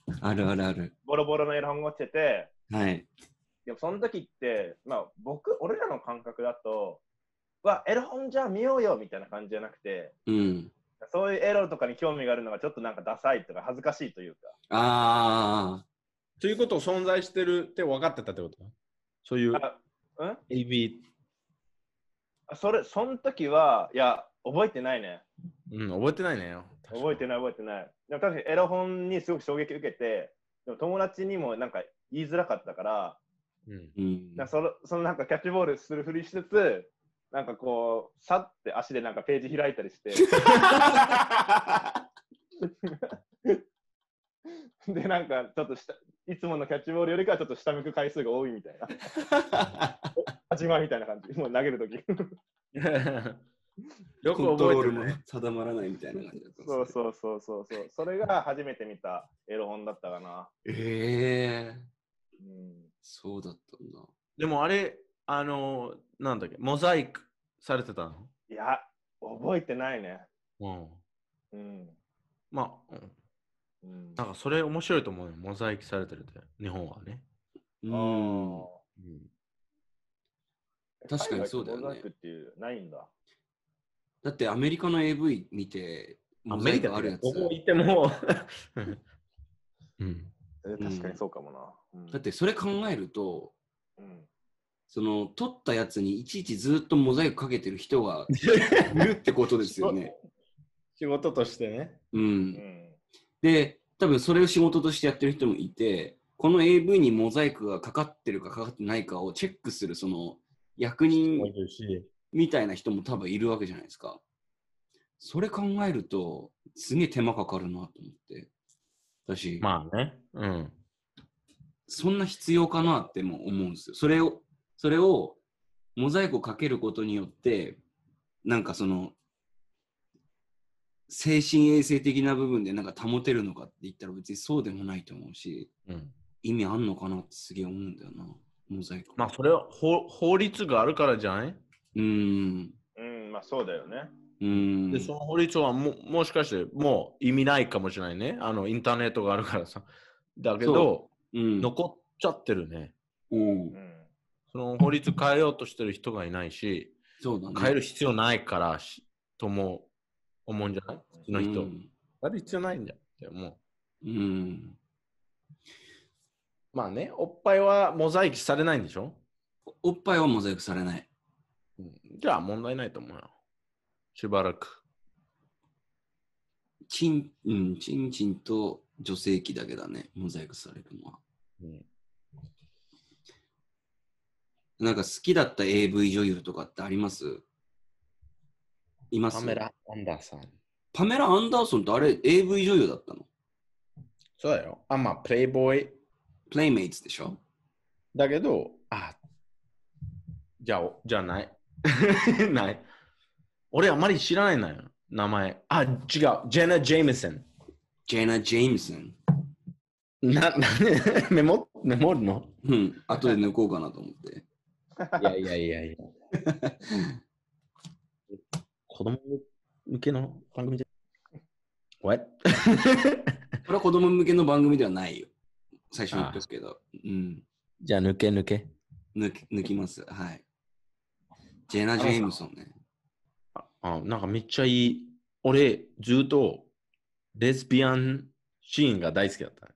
S2: あ、あるあるある。
S4: ボロボロのエロ本が落ちてて、
S2: はい。
S4: でもその時って、まあ僕、俺らの感覚だと、うわ、エロ本じゃあ見ようよみたいな感じじゃなくて、
S2: うん。
S4: そういうエロとかに興味があるのがちょっとなんかダサいとか恥ずかしいというか、
S2: ああ、
S3: ということを存在してるって分かってたってことそういう
S4: あうん、
S3: AB、
S4: あそれ、その時は、いや、覚えてないね。
S3: うん、覚えてないね。
S4: 覚えて
S3: ない。
S4: ない覚えてない。でも確かにエロ本にすごく衝撃受けて、でも友達にもなんか言いづらかったから、
S3: うん、
S2: うん。
S4: なんかそのそのなんかキャッチボールするふりしつつ、なんかこう、さって足でなんかページ開いたり して、で、なんかちょっとした、いつものキャッチボールよりかはちょっと下向く回数が多いみたいな、始まりみたいな感じ、もう投げるとき。
S3: よく
S2: コントロー
S3: 覚え
S2: ル
S3: て
S2: も
S3: ない。
S2: 定まらないみたいな感じだったんですね
S4: そうそうそうそうそう、それが初めて見たエロ本だったかな。
S2: ええ
S4: うん、
S2: そうだったんだ。
S3: でもあれ、あの、なんだっけ、モザイクされてたの
S4: いや、覚えてないね。
S3: うん。
S4: うん。
S3: まあ、うん
S4: うん、
S3: なんかそれ面白いと思うよ。モザイクされてるって、日本はね。
S2: うん。確かにそうだよね
S4: 海外ってモザイクっていう、ないんだ。
S2: だってアメリカの AV 見て、
S3: ア
S2: モザ
S3: メ
S2: イ
S3: リカ
S2: クあ
S3: だ
S2: る
S3: け
S2: や
S3: ど
S2: つ。
S3: どこ行っ ても。うん。
S4: えー確かにそうかもな。うん
S2: だってそれ考えると、
S4: うん
S2: その撮ったやつにいちいちずっとモザイクかけてる人 がいるってことですよね。
S3: 仕事としてね。
S2: う。
S4: うんん
S2: で、多分それを仕事としてやってる人もいて、この AV にモザイクがかかってるかかかってないかをチェックする、その役人
S3: いるし。
S2: みたいな人も多分いるわけじゃないですか。それ考えると、すげえ手間かかるなと思って。私、
S3: まあね。うん。
S2: そんな必要かなっても思うんですよ。それを、それを、モザイクをかけることによって、なんかその、精神衛生的な部分でなんか保てるのかって言ったら別にそうでもないと思うし、
S3: うん、
S2: 意味あんのかなってすげえ思うんだよな、モザイク。
S3: まあそれは法法律があるからじゃない、
S2: うーん。
S4: うん、まあそうだよね。
S2: うーん。
S3: でその法律はももしかしてもう意味ないかもしれないね。あのインターネットがあるからさ。だけど、
S2: うん。
S3: 残っちゃってるね。
S2: うん
S4: うん。
S3: その法律変えようとしてる人がいないし、
S2: そうだね。
S3: 変える必要ないからしとも思うんじゃない普通の人。
S2: うん
S3: あれ必要ないんだよ。でも
S2: うん。
S3: まあね、おっぱいはモザイクされないんでしょ、
S2: おっぱいはモザイクされない。
S3: うんじゃあ問題ないと思うよ。しばらく。
S2: チン、うん、チンチンと女性器だけだね、モザイクされるのは。
S3: うん
S2: なんか好きだった AV 女優とかってありますいます
S3: カメラ・アンダーさん。
S2: パメラ・アンダーソンってあれ AV 女優だったの
S3: そうだよ。あ、まあ、プレイボーイ
S2: プレイメイツでしょ
S3: だけど、あ、 じゃあ、おじゃあない。ない。俺、あまり知らないのよ。名前。あ、違う。ジェナ・ジェイミソン。
S2: ジェナ・ジェイムソン。
S3: な、な メモメモるの
S2: うん。後で抜こうかなと思 って。
S3: いやいやいやいや。 子供向けの番組じゃ。What?
S2: これは子供向けの番組ではないよ。最初に言ったけど。うん。
S3: じゃあ抜け抜け。
S2: 抜き抜きます。はい。ジェナ・ジェイムソンね。
S3: ああ、なんかめっちゃいい。俺、ずっとレズビアンシーンが大好きだった。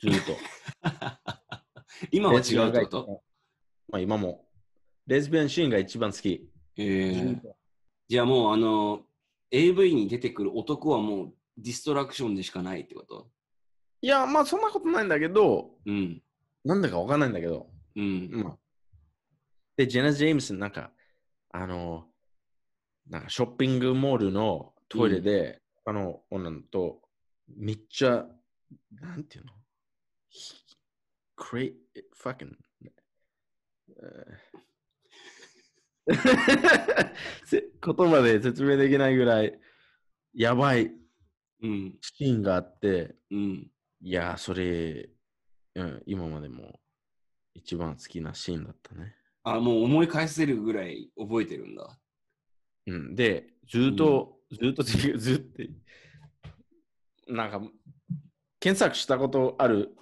S3: ずっと。
S2: 今は違うってこ
S3: レズビアンが一
S2: と
S3: 番まあ今も。レズビアンシーンが一番好き。
S2: えー、じゃあもうあの AV に出てくる男はもうディストラクションでしかないってこと
S3: いや、まあそんなことないんだけど、
S2: うん。
S3: なんだかわかんないんだけど。
S2: うん。
S3: まあ、で、ジェナ・ジェームスなんか、あの、なんかショッピングモールのトイレで、あの女の子と、めっちゃ、なんていうのひクレイ、fucking えー せ言葉で説明できないぐらいやばい
S2: うん。
S3: シーンがあって、
S2: うん。
S3: いやー、それ、うん、今までも一番好きなシーンだったね。
S2: あ、もう思い返せるぐらい覚えてるんだ。
S3: うん、で、ずっと、ずっとっていう、ずっと、なんか、検索したことある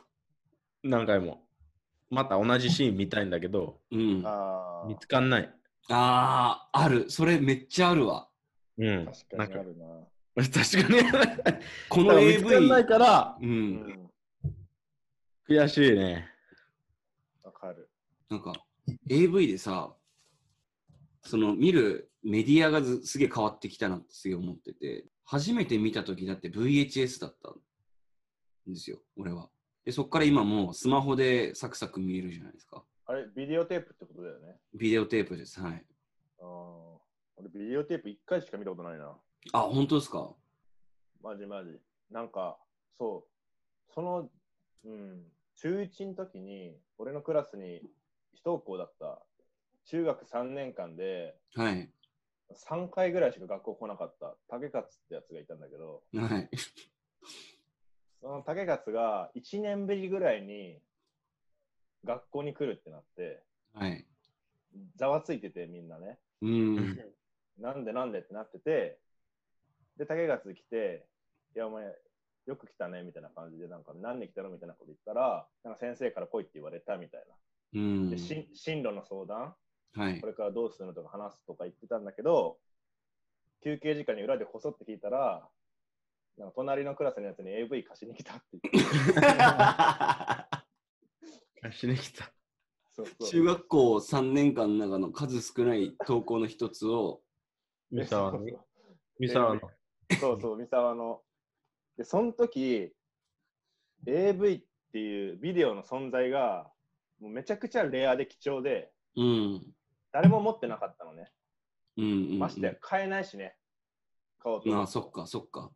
S3: 何回も、また同じシーン見たいんだけど、
S2: うん。あ
S4: あ
S3: 見つかんない。
S2: あー、ある。それめっちゃあるわ。
S3: うん
S4: あ、確かにあるな。
S3: なんか確かに。
S2: こ
S3: だか
S2: の
S3: ら見つかん
S2: AV
S3: な。いから、
S2: う。
S4: うんん、
S3: 悔しいね。
S4: わかる。
S2: なんか AV でさ、その見るメディアがずすげえ変わってきたなってすげえ思ってて、初めて見た時だって VHS だったんですよ、俺は。で、そっから今もうスマホでサクサク見えるじゃないですか。
S4: あれ、ビデオテープってことだよね。
S2: ビデオテープです。はい。
S4: あー俺、ビデオテープ1回しか見たことないな。
S2: あ、本当ですか
S4: マジマジ。なんか、そう。その、うん、中1の時に、俺のクラスに非登校だった。中学3年間で、
S2: はい。
S4: 3回ぐらいしか学校来なかった、竹勝ってやつがいたんだけど、
S2: はい。
S4: その竹勝が1年ぶりぐらいに学校に来るってなって、
S2: はい。
S4: ざわついててみんなね。
S2: うん。
S4: なんでなんでってなってて、で、竹勝来て、いや、お前、よく来たね、みたいな感じで、なんか、何で来たのみたいなこと言ったら、なんか先生から来いって言われたみたい
S2: うん
S4: な。で、。し進路の相談、
S2: はい
S4: こ。れからどうするのとか話すとか言ってたんだけど、休憩時間に裏でこそって聞いたら、なんか隣のクラスのやつに AV 貸しに来たって言って。
S3: しに来た。
S4: そうそ
S2: 中
S4: う。
S2: 学校3年間の中の数少ない投稿の一つを、
S3: ミ
S4: えそ
S3: サ
S4: う
S3: ワ
S4: そう
S3: の。ミサワの。
S4: そうそう、三沢の。で、その時、AV っていうビデオの存在が、もうめちゃくちゃレアで貴重で、
S2: うん。
S4: 誰も持ってなかったのね。
S2: うんうん、うん。
S4: ましてや買えないしね。買おうと
S2: あ
S4: 思
S2: あ、
S4: って。
S2: そっか、そっか。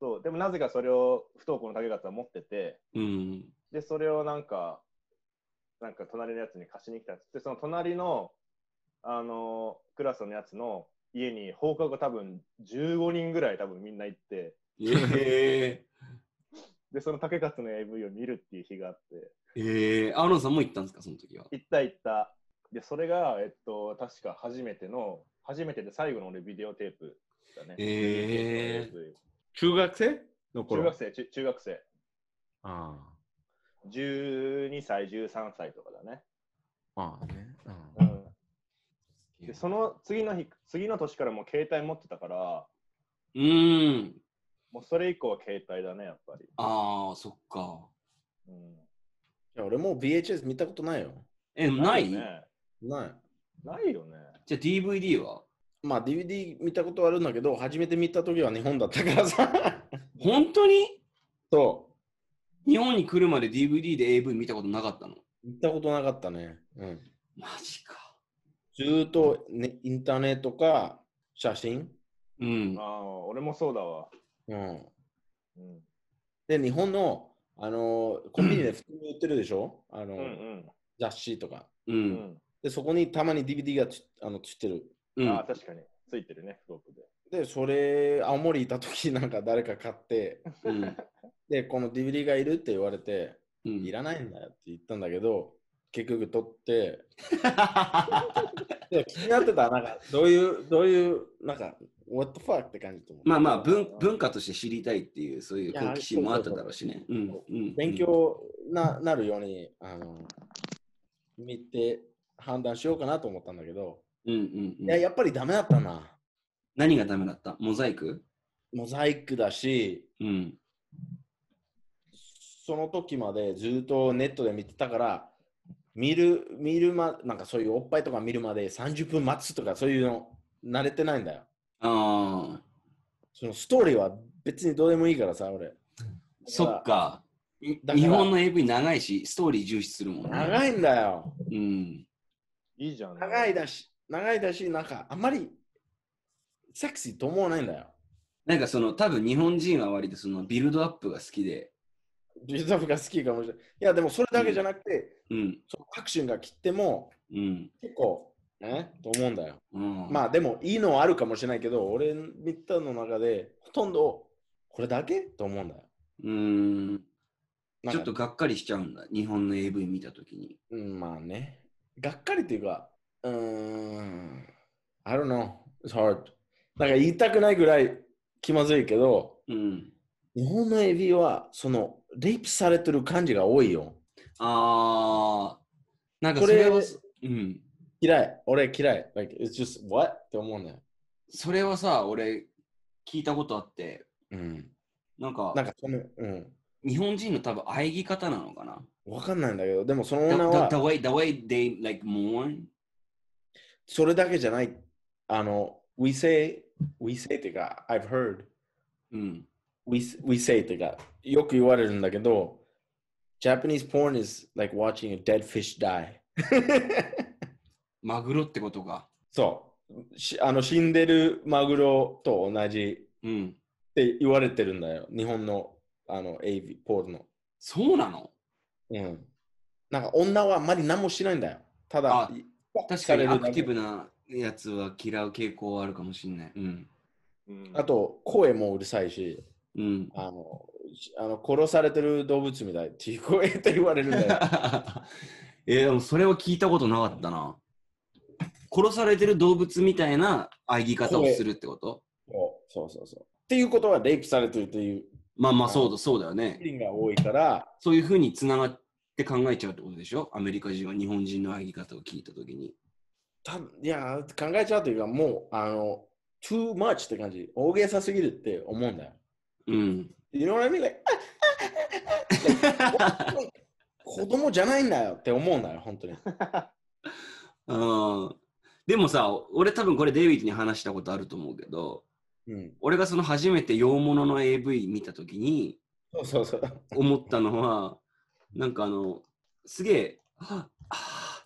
S4: そう。でもなぜかそれを不登校の竹方は持ってて、
S2: うん。
S4: で、それをなんか、なんか隣のやつに貸しに来たっつって、その隣の、あのクラスのやつの家に放課後多分15人ぐらい多分みんな行って、
S2: え
S4: で、その竹勝の AV を見るっていう日があって、
S2: えええアーロンさんも行ったんですか、その時は。
S4: 行った行った。で、それが、えっと、確か初めての、初めてで最後の俺ビデオテープだね。
S2: へー
S4: AV
S3: 中学生の
S4: 中
S3: 頃
S4: 学。生、中中学生。
S3: あ
S4: 12歳、13歳とかだね。
S3: あ。ああね。うん
S4: で、その次の日、次の年からもう携帯持ってたから、
S2: うん。
S4: もうそれ以降は携帯だね、やっぱり。
S2: ああ、そっか。
S4: うん
S3: いや俺もう VHS 見たことないよ。
S2: え、ない、
S4: よね
S3: ない。
S4: ないよね。
S2: じゃあ DVD は
S3: まあ DVD 見たことはあるんだけど、初めて見た時は日本だったから さ。
S2: 本当に
S3: そ
S2: 日本に来るまで DVD で AV 見たことなかったの
S3: う。見たことなかったね。うん、
S2: マジか。
S3: ずーっと、ね、インターネットか写真、
S2: うん
S4: あ。あ、俺もそうだわ。
S3: うん。
S4: うん。
S3: で、日本の、あのーコンビニで普通に売ってるでしょあの
S4: う
S3: ー、
S4: ん
S3: 雑誌とか。
S2: う。
S4: うんん。
S3: で、そこにたまに DVD がつあのつってる。
S2: う。
S4: うんん。ああ、確かに。ついてるね、フロップで。
S3: で、それ、青森いた時なんか誰か買って、
S2: うん。
S3: で、この DVD がいるって言われて、
S2: うん
S3: いらないんだよって言ったんだけど、結局 取って、で気になってた、なんか、どういう、どういう、なんか、what the fuck って感じと思 う。
S2: まあまあ文、文化として知りたいっていう、そういう好奇心もあっただろうしね。うんうん
S3: 勉強ななるように、あの、見て判断しようかなと思ったんだけど、
S2: うんうんうん
S3: いや、やっぱりダメだったな。
S2: 何がダメだったモザイク
S3: モザイクだし、
S2: うん。
S3: その時までずっとネットで見てたから、見る、見るま、なんかそういうおっぱいとか見るまで30分待つとかそういうの慣れてないんだよ。
S2: ああ、
S3: そのストーリーは別にどうでもいいからさ、俺。
S2: そっか。い
S3: だから
S2: 日本の AV 長いし、ストーリー重視するもんね。
S3: 長
S2: い
S3: いんだよ。
S2: うん。
S4: いいじゃん。
S3: 長いだし、長いだし、なんかあんまりセクシーと思わないんだよ。
S2: なんかその、多分日本人は割とそのビルドアップが好きで、
S3: ビルドアップが好きかもしれない。いや、でもそれだけじゃなくて、
S2: うん、
S3: そのアクションが切っても
S2: うん、
S3: 結構、ね、と思うんだよ。
S2: うん。
S3: まあでもいいのはあるかもしれないけど、俺見たの中でほとんどこれだけと思うんだよ。
S2: うーん。ち
S3: なんか
S2: ょっと、がっかりしちゃうんだ、日本の AV 見たときに。
S3: うん、まあね。がっかりっていうか、うーん、I don't know, it's hard. なんか言いたくないぐらい気まずいけど、
S2: うん。
S3: 日本のエビはそのレイプされてる感じが多いよ。
S2: ああ、なんかそれは、
S3: こ
S2: うん。
S3: 嫌い、俺嫌い。Like, it's just what? って思うんだよ。
S2: それはさ、俺、聞いたことあって、
S3: うん。
S2: なんか、
S3: なんかその、うん。
S2: 日本人の多分、喘ぎ方なのかな。
S3: わかんないんだけど、でもその
S2: The,
S3: 女
S2: the, the
S3: は
S2: way, the way they like mourn?
S3: それだけじゃない。あの、we say, we say っていうか、I've heard,
S2: うん。
S3: we, we say っていうか、よく言われるんだけど、Japanese porn is like watching a dead fish die.
S2: マグロってことか。
S3: そう。しあの死んでるマグロと同じ
S2: うん。
S3: って言われてるんだよ。日本のあの AV、ポールの。
S2: そうなの
S3: うん。なんか女はあんまり何もしないんだよ。ただ
S2: あ、確
S3: 確
S2: かにアクティブなやつは嫌う傾向はあるかもしれない。うん。
S4: うん
S3: あと、声もうるさいし、
S2: うん。
S3: あの、しあの殺されてる動物みたいっていう声って言われるん だよ。
S2: えでもそれは聞いたことなかったな。殺されてる動物みたいな喘ぎ方をするってこと
S3: そうそうそうそう。っていうことは、レイプされてるという
S2: まあまあそうだ、そうだよね。
S3: リンが多いから、
S2: そういうふうにつながって考えちゃうってことでしょアメリカ人は日本人の喘ぎ方を聞いたときに。
S3: たいや、考えちゃうというか、もう、あの、too much って感じ。大げさすぎるって思うんだよ。
S2: うん。
S3: You know what I mean? Like, 子供じゃないんだよって思うんだよ、本当に。
S2: うんでもさ、俺多分これデイビッドに話したことあると思うけど、
S3: うん。
S2: 俺がその初めて洋物の AV 見たときに
S3: そうそうそう。
S2: 思ったのは、なんかあの、すげえ、はあ、あ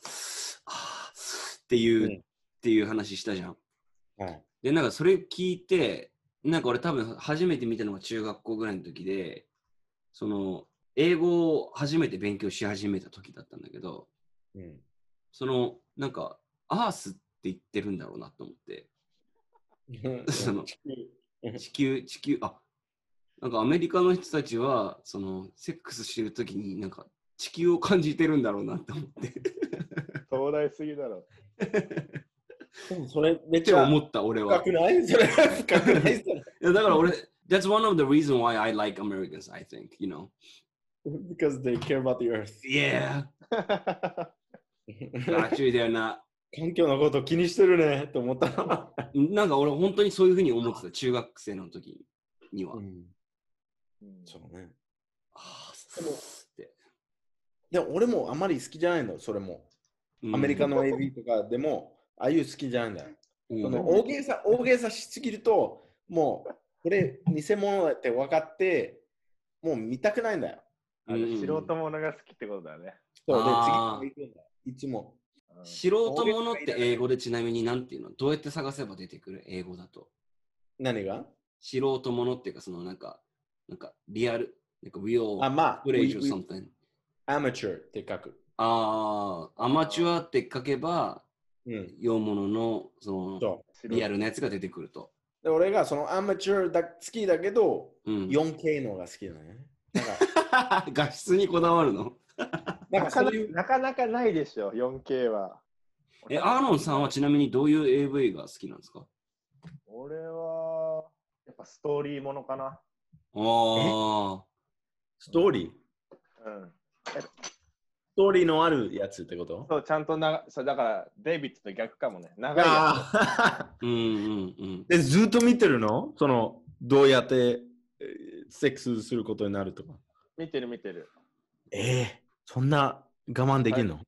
S2: あっていう、
S3: うん
S2: っていう話したじゃん。
S3: はい。
S2: で、なんかそれ聞いて、なんか俺多分初めて見たのが中学校ぐらいの時で、その、英語を初めて勉強し始めた時だったんだけど、
S3: うん。
S2: その、なんか、アースって言ってるんだろうなと思って。その地球、地球、あなんかアメリカの人たちは、その、セックスしてるときに、なんか、地球を感じてるんだろうなって思って、っ
S4: 東大すぎだろ。
S3: でもそれめってちゃ
S2: 思った、俺は。
S3: 深
S2: い
S3: くないそれ深くないそれ
S2: やだから俺、That's one of the reason why I like Americans, I think, you know.
S3: Because they care about the earth.
S2: Yeah, actually they're not.
S3: 環境のこと気にしてるねと思ったな。
S2: なんか俺、本当にそういうふうに思ってた、中学生の時には。
S4: うん
S3: そうね。
S2: あー
S3: で
S2: っ
S3: も
S2: て
S3: でも俺もあまり好きじゃないの、それも。アメリカ、の AV とかでも、ああいう好きじゃないんだよ。
S2: うん
S3: その大げさ、大げさしすぎると、もう、これ、偽物だって分かって、もう見たくないんだよ。
S4: あ
S2: う
S4: の
S2: ん
S4: 素人ものが好きってことだね。
S3: そうで、次
S2: あー
S3: 行くんだよ。いつも。
S4: うん
S2: 素人ものって英語でちなみになんていうのどうやって探せば出てくる英語だと。
S3: 何が
S2: 素人ものっていうか、そのなんか、なんかリアル、なんか real
S3: あ、まあ、
S2: footage or
S3: we- we-
S2: something。
S3: amateur って書く。
S2: ああ、アマチュアって書けば、
S3: うん。
S2: 洋物のその
S3: そ
S2: リアルなやつが出てくると。
S3: で俺がそのアマチュアだ好きだけど、
S2: うん
S3: 4K のが好きなのよね。なんか、
S2: 画質にこだわる の
S3: なんか
S4: なか
S3: そう
S4: な
S3: いう、
S4: なかなかないでしょ、4K は。
S2: え、アーロンさんはちなみにどういう AV が好きなんですか
S4: 俺は、やっぱストーリーものかな。
S2: ああ。
S3: ストーリース
S4: うん。
S3: トーリーのあるやつってこと
S4: そう、ちゃんとな、そうだから、デイビッドと逆かもね。長いや
S3: あ
S2: うんうんうん。
S3: ーで、ずっと見てるのその、どうやって、えーセックスすることになるとか。
S4: つ。見てる見てる。
S3: えー、そんな我慢できんの、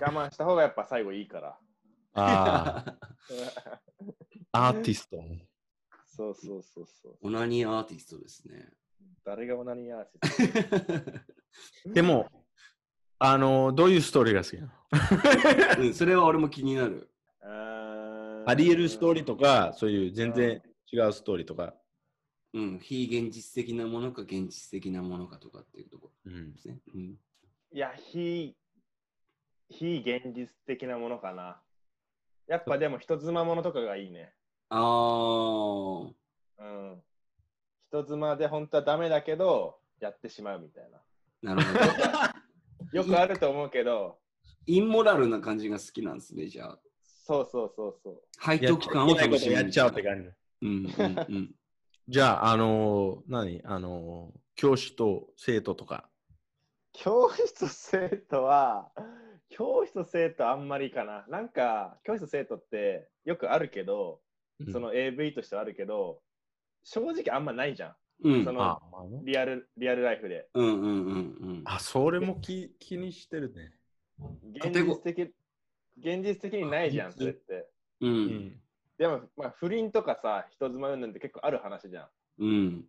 S4: 我慢した方がやっぱ最後いいから。
S3: ああ、アーティ スト。
S4: そうそうそうそう。
S2: オナニーアーティストですね。
S4: 誰がオナニーアーティ ス
S3: でも、あの、どういうストーリーが好きなの
S2: うん、それは俺も気になる。
S4: トうーん
S3: あり得るストーリーとか、そういう全然違うストーリーとか。
S2: うん、非現実的なものか現実的なものかとかっていうとこ
S3: うん
S2: ろですね。うん、
S4: いや、非、非現実的なものかな。やっぱでも人妻ものとかがいいね。
S2: ああ。
S4: うん。人妻で本当はダメだけど、やってしまうみたい
S2: な
S4: な。
S2: るほど。
S4: よくあると思うけど、
S2: インモラルな感じが好きなんですね、じゃあ。
S4: そうそうそうそう。
S2: 背
S3: やっ
S2: 徳感を楽しむ。
S3: やっちゃうって感じ。
S2: うんうんうん。
S3: じゃあ、あのー、何あのー、教師と生徒とか。
S4: 教師と生徒は、教師と生徒あんまりかな。なんか、教師と生徒ってよくあるけど、その AV としてはあるけど、正直あんまないじゃ。
S2: うんん
S4: そ
S3: うん、あ
S4: の、
S3: まあね
S4: リアル、リアルライフで。
S2: うんうんうん
S3: あ、それも気気にしてるね。
S4: 現実的、現実的にないじゃん、それって。
S2: うん。う。。
S3: うん
S4: でも、まあ、不倫とかさ、人妻うんぬんって結構ある話じゃん。
S2: うん。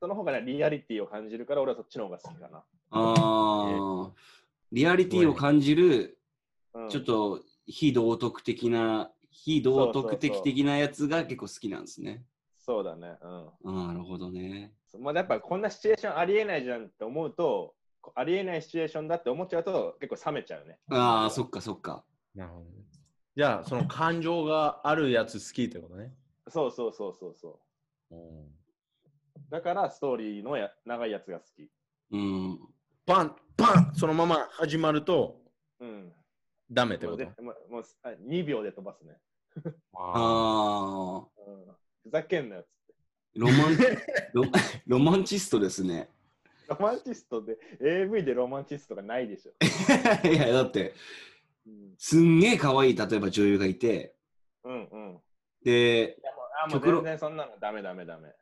S4: その方がね、リアリティを感じるから、俺はそっちの方が好きかな。
S2: ああ。リアリティを感じる、
S4: うん
S2: ちょっと非道徳的な、非道徳的的なやつが結構好きなんですね。
S4: そうだね。うん。
S2: あーなるほどね。
S4: まあ、やっぱこんなシチュエーションありえないじゃんって思うと、こありえないシチュエーションだって思っちゃうと結構冷めちゃうね。
S2: ああ、そっかそっか。
S3: なるほどね。じゃあ、その感情があるやつ好きってことね。
S4: そうそうそうそうそ
S3: うん、
S4: う。だからストーリーのや長いやつが好き。
S2: うん。
S3: パン、パンそのまま始まると
S4: うん。
S3: ダメって
S4: も
S3: こ
S4: う
S3: と
S4: でもうもうあ2秒で飛ばすね。
S3: あ
S2: ああ。
S4: うん、ふざけんなよっつって。
S2: ロマンロロマンチストですね。
S4: ロマンチストで、AV でロマンチストがないでしょ。
S2: いや、だって、
S4: うん
S2: すんげえ可愛い、例えば女優がいて、
S4: うんうん。
S2: で、
S4: あ、もう
S2: 極論
S4: 全然そんなのダメダメダメ。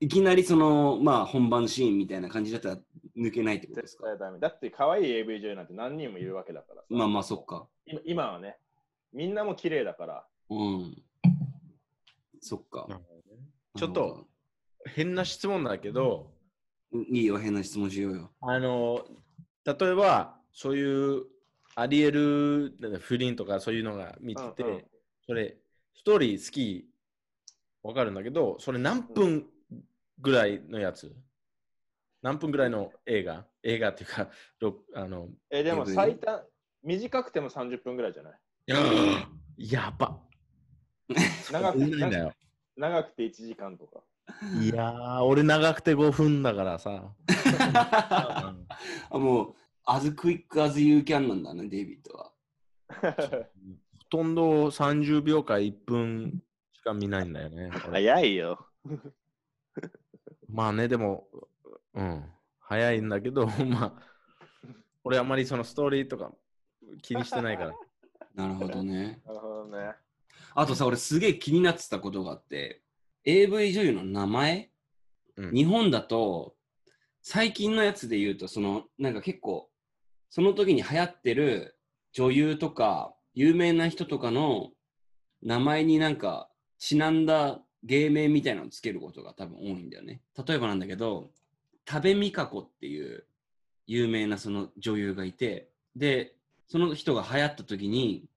S2: いきなりその、まあ、本番シーンみたいな感じだったら抜けないってことです
S4: 絶
S2: か。
S4: 対ダメ。だって可愛い AV 女優なんて何人もいるわけだからさ。
S2: まあまあ、そっか。
S4: 今今はね、みんなも綺麗だから。
S2: うん。そっか
S3: な。るちょっとー変な質問だけど、
S2: なるほど。いいよ、変な質問しようよ。
S3: あの、例えば、そういうあり得るなんだ不倫とかそういうのが見てて、
S4: うんうん
S3: それ、ストーリー好き、わかるんだけど、それ何分ぐらいのやつ、何分ぐらいの映画映画っていうか、ろあの、
S4: え、でも
S2: AV
S4: 最短、短くても30分ぐらいじゃない
S3: やば。
S4: 長く
S3: いないんだよ。
S4: 長くて1時間とか。
S3: いやー、俺長くて5分だから さ。
S2: あもう、as quick as you can なんだね、デイビッドは。
S3: ほとんど30秒か1分しか見ないんだよ ね。俺
S4: 早いよ。
S3: まあね、でも、うん、早いんだけど、 まあ、俺あまりそのストーリーとか気にして ないから。
S2: なるほどね。
S4: なるほどね。
S2: あとさ、俺すげえ気になってたことがあって、AV 女優の名前、
S3: うん
S2: 日本だと、最近のやつで言うと、その、なんか結構、その時に流行ってる女優とか、有名な人とかの名前になんか、ちなんだ芸名みたいなのつけることが多分多いんだよね。例えばなんだけど、多部未華子っていう有名なその女優がいて、で、その人が流行った時に、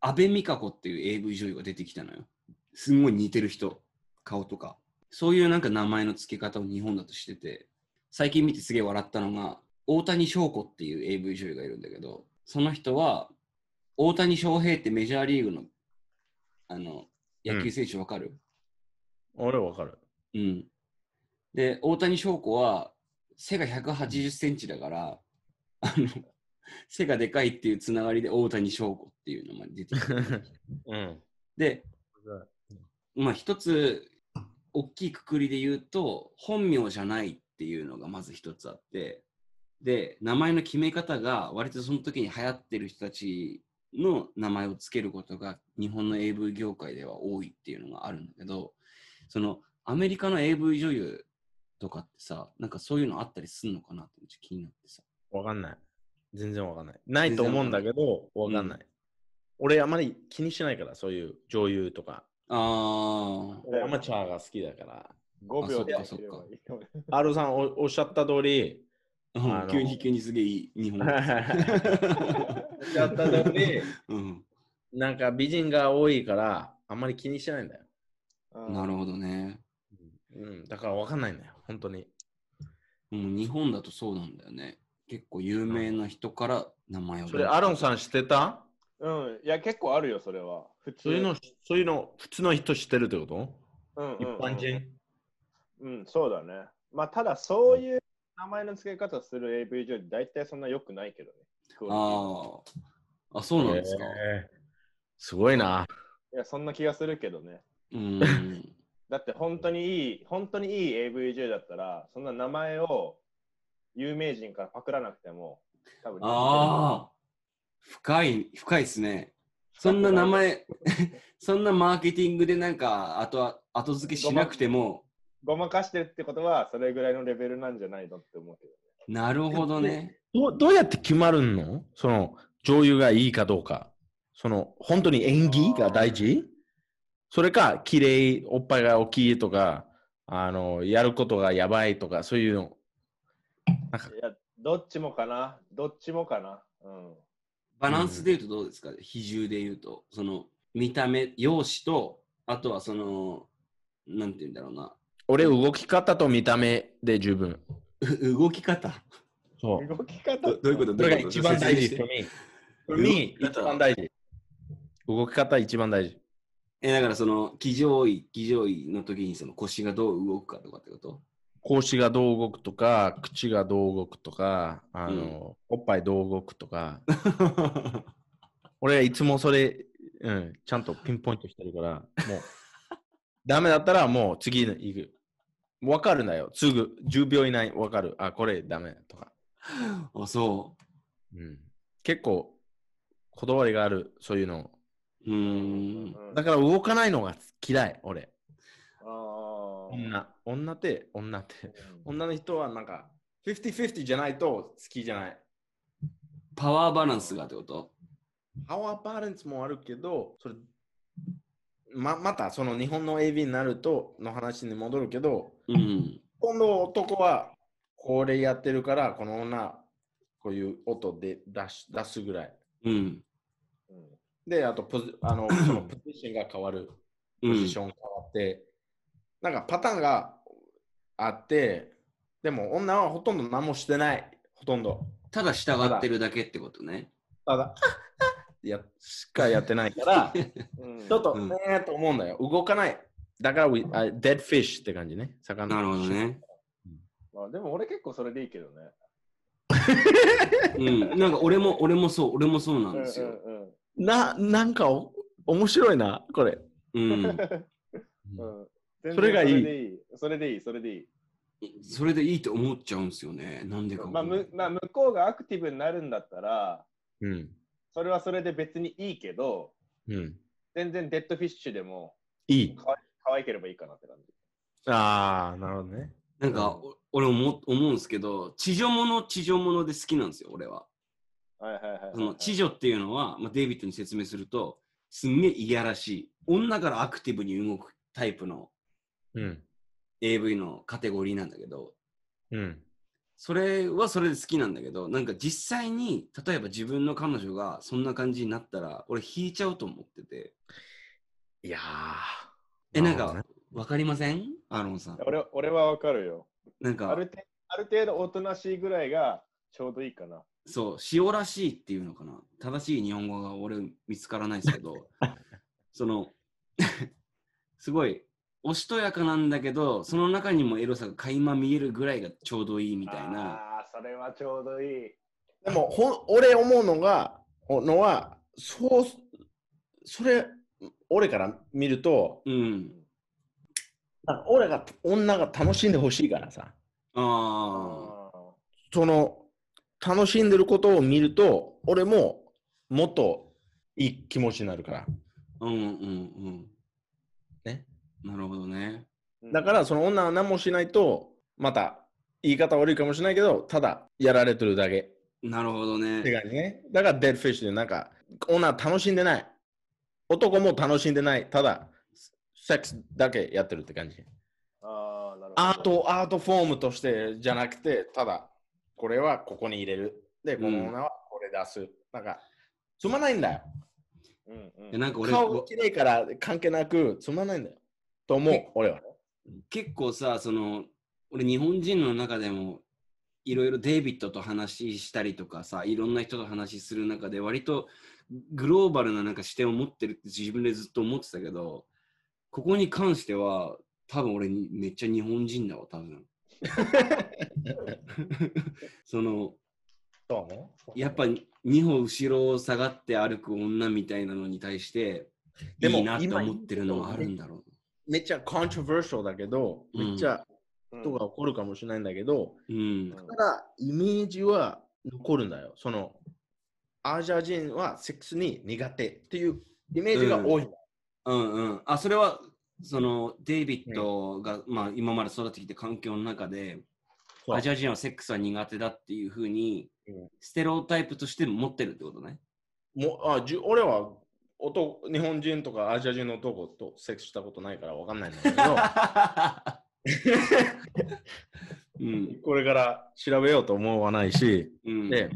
S2: 安部美香子っていう AV 女優が出てきたのよ。すんごい似てる人、顔とか。そういうなんか名前の付け方を日本だとしてて、最近見てすげえ笑ったのが、大谷翔子っていう AV 女優がいるんだけど、その人は、大谷翔平ってメジャーリーグの、あの、野球選手わかる、
S3: 俺わかる。
S2: うん。で、大谷翔子は背が180センチだから、あの、背がでかいっていうつながりで大谷翔子っていうのが出てくる。
S3: うん。
S2: で、まあ一つ大きいくくりで言うと、本名じゃないっていうのがまず一つあって、で、名前の決め方が割とその時に流行ってる人たちの名前をつけることが日本の AV 業界では多いっていうのがあるんだけど、そのアメリカの AV 女優とかってさ、なんかそういうのあったりすんのかなって気になってさ。
S3: わかんない。全然わかんない。ないと思うんだけど、わかんない。俺、あまり気にしないから、そういう女優とか。
S2: あ
S4: だよ
S3: アマチュアが好きだから。
S4: 5秒で
S2: あそっかそっか
S4: 切ればいい
S3: アロさんおおっしゃった通 り、あ
S2: あ、
S3: の
S2: 急に急にすげえいい日本
S3: お。っしゃった通り、
S2: うん、
S3: なんか美人が多いから、あんまり気にしないんだよ。
S4: うん
S2: なるほどね。
S3: うん、だからわかんないんだよ、本当に。
S2: うん、日本だとそうなんだよね。結構有名な人から名前を。
S3: それ、アロンさん知ってた
S4: うん。いや、結構あるよ、それは。普通
S3: そういうの、そういうの、普通の人知ってるってこと
S4: うんうん
S3: 一
S4: うん
S3: 般人
S4: うん、そうだね。まあ、ただ、そういう名前の付け方する AV 上で大体そんな良くないけどね。
S2: ああ。あ、そうなんですか。
S3: へーすごいな。
S4: いや、そんな気がするけどね。
S2: うん。
S4: だって、本当にいい、本当にいい AV 上だったら、そんな名前を有名人からパクらなくても、多分
S2: ああ。深い、深いですね。そんな名前、 そんなマーケティングでなんか後は、後付けしなくても、
S4: ごまかしてるってことは、それぐらいのレベルなんじゃないのって思うけど。
S2: なるほどね。
S3: どうどうやって決まるのその、女優がいいかどうか。その、本当に演技が大事それか、綺麗おっぱいが大きいとか、あの、やることがやばいとか、そういうの。
S4: いや、どっちもかな。どっちもかな。うん。
S2: バランスで言うとどうですか比重で言うと。その、見た目、容姿と、あとはその、なんて言うんだろうな。
S3: 俺、動き方と見た目で十分。
S2: う動き方。
S3: そう。
S4: 動き方
S2: どどういうこと
S3: それが一番大事。
S2: 説明
S3: for
S2: して
S3: me For me
S2: 動き
S3: 一
S2: 方
S3: 番大事。動き方一番大事。
S2: え、だからその、騎乗位、騎乗位の時にその腰がどう動くかとかってこと
S3: 腰がどう動くとか、口がどう動くとか、あの、おっぱいどう動くとか。俺はいつもそれ、うん、ちゃんとピンポイントしてるから、 もう、ダメだったらもう次に行く。わかるんだよ。すぐ、10秒以内わかる。あ、これダメとか。
S2: あ、そ
S3: うん、結構、こだわりがある、そういうの。
S2: う。うーん。
S3: だから動かないのが嫌い、俺。
S4: ら、あー
S3: 女。女って、女って。
S4: うん
S3: 女の人はなんか、50-50じゃないと好きじゃない。
S2: パワーバランスがってこと
S3: パワーバランスもあるけど、それままたその日本の AV になるとの話に戻るけど、
S2: うん。
S3: 今度男はこれやってるから、この女、こういう音で出し出すぐらい。
S2: うん。
S4: うん
S3: で、あとポジあ のそのポジションが変わる。
S2: う
S3: ポ
S2: ん
S3: ジション変わって、なんかパターンがあって、でも女はほとんど何もしてない。ほとんど。
S2: ただ従ってるだけってことね。
S3: ただ、 やしかやってないから。
S4: うん
S3: ちょっと、
S2: うん
S3: えーと思うんだよ。動かない。だから、we- あ dead fish って感じね。魚。
S2: なるほど。ね。
S4: まあ、でも俺結構それでいいけどね。
S2: うん。なんか俺も、俺もそう、俺もそうなんですよ。
S4: うんうん
S3: な、なんかお、面白いな、これ。
S2: うん。
S4: うんうん全然
S3: それがいい
S4: それでいい。それでいい。
S2: それでいいと思っちゃうんですよね。なんで
S4: それでい
S2: かわか
S4: い。まあ、
S2: んない。
S4: むまあ、向こうがアクティブになるんだったら、
S3: うん。
S4: それはそれで別にいいけど、
S3: うん。
S4: 全然デッドフィッシュでも
S3: いい。
S4: かわい可愛ければいいかなって感じ。
S3: あー、なるほどね。
S2: なんか、お俺も思うんですけど、地上物、地上物で好きなんですよ、俺は。
S4: はいはいはいはい、
S2: その知女っていうのは、まあ、デイビッドに説明すると、すんげえいやらしい、女からアクティブに動くタイプの
S3: うん。
S2: AV のカテゴリーなんだけど、
S3: うん。
S2: それはそれで好きなんだけど、なんか実際に、例えば自分の彼女がそんな感じになったら、俺引いちゃうと思ってて。
S3: いやー。
S2: え、なん
S3: るほどね
S2: か、わかりませんアロンさん。
S4: 俺は俺はわかるよ。
S2: なん
S4: あ
S2: か、
S4: る程ある程度おとなしいぐらいがちょうどいいかな。
S2: そう、塩らしいっていうのか な。正しい日本語が俺見つからないですけど、その、 すごい、おしとやかなんだけど、その中にもエロさが垣間見えるぐらいがちょうどいいみたいな。
S4: ああ、それはちょうどいい。
S3: でもほん俺思うのがおのはそうそれ俺から見ると
S2: うん。
S3: あ俺が女が楽しんでほしいからさ
S2: あ
S3: その楽しんでることを見ると俺ももっといい気持ちになるから
S2: あ。うんうんうん。
S3: ね。
S2: なるほどね。
S4: うん
S3: だから、その女は何もしないとまた言い方悪いかもしれないけどただやられてるだけ
S2: なるほど
S3: って
S2: ね。
S3: 感じねだからデッドフィッシュでなんか女は楽しんでない男も楽しんでないただセックスだけやってるって感じ
S4: ああ、なるほど
S3: アー。ト、アートフォームとしてじゃなくて、ただ、これはここに入れる。で、
S2: うん
S3: この女はこれ出す。なんか、つまないんだよ。
S4: うんうん
S2: えなんか俺、
S3: 顔綺麗から関係なく、つまないんだよ。と思う
S2: え、
S3: 俺は。
S2: 結構さその俺日本人の中でもいろいろデイビッドと話したりとかさいろんな人と話する中で割とグローバルななんか視点を持ってるって自分でずっと思ってたけどここに関しては多分俺めっちゃ日本人だわ多分 その
S3: そうね。
S2: やっぱ2歩後ろを下がって歩く女みたいなのに対して
S3: でも
S2: いいなって思ってるのはあるんだろ
S3: めっちゃコントロバーシャルだけど、
S2: うん
S3: めっちゃ
S4: うん
S3: 人が起こるかもしれないんだけど、
S2: う、うん
S4: うん
S3: ただ、イメージは残るんだよ。その、アジア人はセックスに苦手っていうイメージが多い。
S2: うんうん。あ、それは、その、デイビッドが、まあ、今まで育ってきた環境の中で、
S3: そう
S2: アジア人はセックスは苦手だっていうふうに
S3: うん、
S2: ステレオタイプとして持ってるってこと ね。
S3: もうあじゅ俺は男日本人とかアジア人の男とセックスしたことないからわかんないんだけ ど
S2: うん。
S3: これから調べようと思わないし、
S2: うん。
S3: で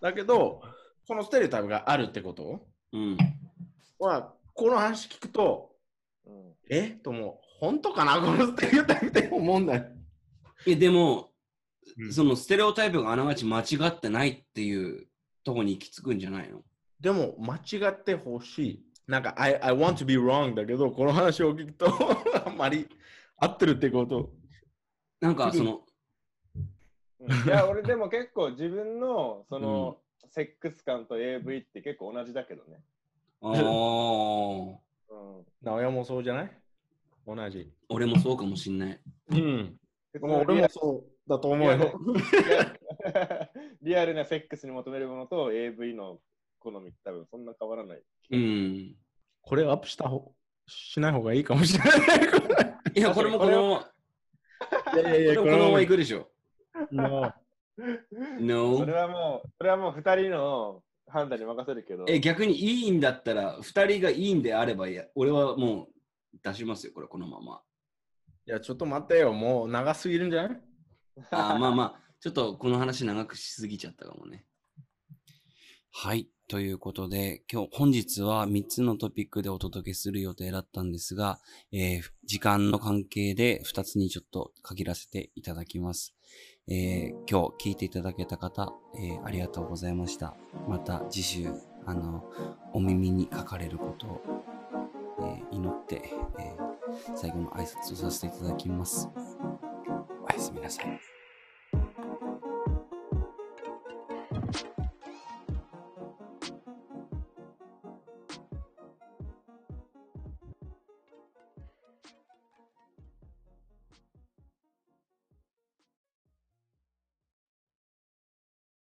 S3: だけどこのステレオタイプがあるってこと
S2: うん。
S3: はこの話聞くと
S4: うん
S3: えともう本当かなこのステレオタイプって思うんだよ。
S2: いや、でも
S3: う、ん
S2: そのステレオタイプがあながち間違ってないっていうとこに行き着くんじゃないの
S3: でも間違ってほしい。なんか I, I want to be wrong だけどこの話を聞くとあんまり合ってるってこと。
S2: なんか、その、
S4: うんい や、俺でも結構自分のその、セックス感と AV って結構同じだけどね。
S2: ああ、
S4: うん。
S3: 直哉もそうじゃない同じ。
S2: 俺もそうかもしんない。
S3: うん。
S4: 別に
S3: もう俺もそうだと思うよ。
S4: リアリアルな セックスに求めるものと AV の好みって多分そんな変わらない。
S2: うん。
S3: これアップした方しない方がいいかもしれない。こ
S2: いや、これもこのまま、こ
S3: れいやい
S2: れもこのまま行
S3: く。
S2: くでしょ。
S3: No
S2: No.
S4: それはもう、それはもう二人の判断に任せるけど。
S2: え、逆にいいんだったら、2人がいいんであればいや、俺はもう出しますよ、これ、このまま。
S3: いや、ちょっと待ってよ。もう長すぎるんじゃない
S2: あーまあまあ、ちょっとこの話長くしすぎちゃったかもね。はい。ということで、今日、本日は3つのトピックでお届けする予定だったんですが、えー時間の関係で2つにちょっと限らせていただきます。えー今日聞いていただけた方、えーありがとうございました。また次週、あの、お耳にかかれることを、えー祈って、えー最後の挨拶をさせていただきます。おやすみなさい。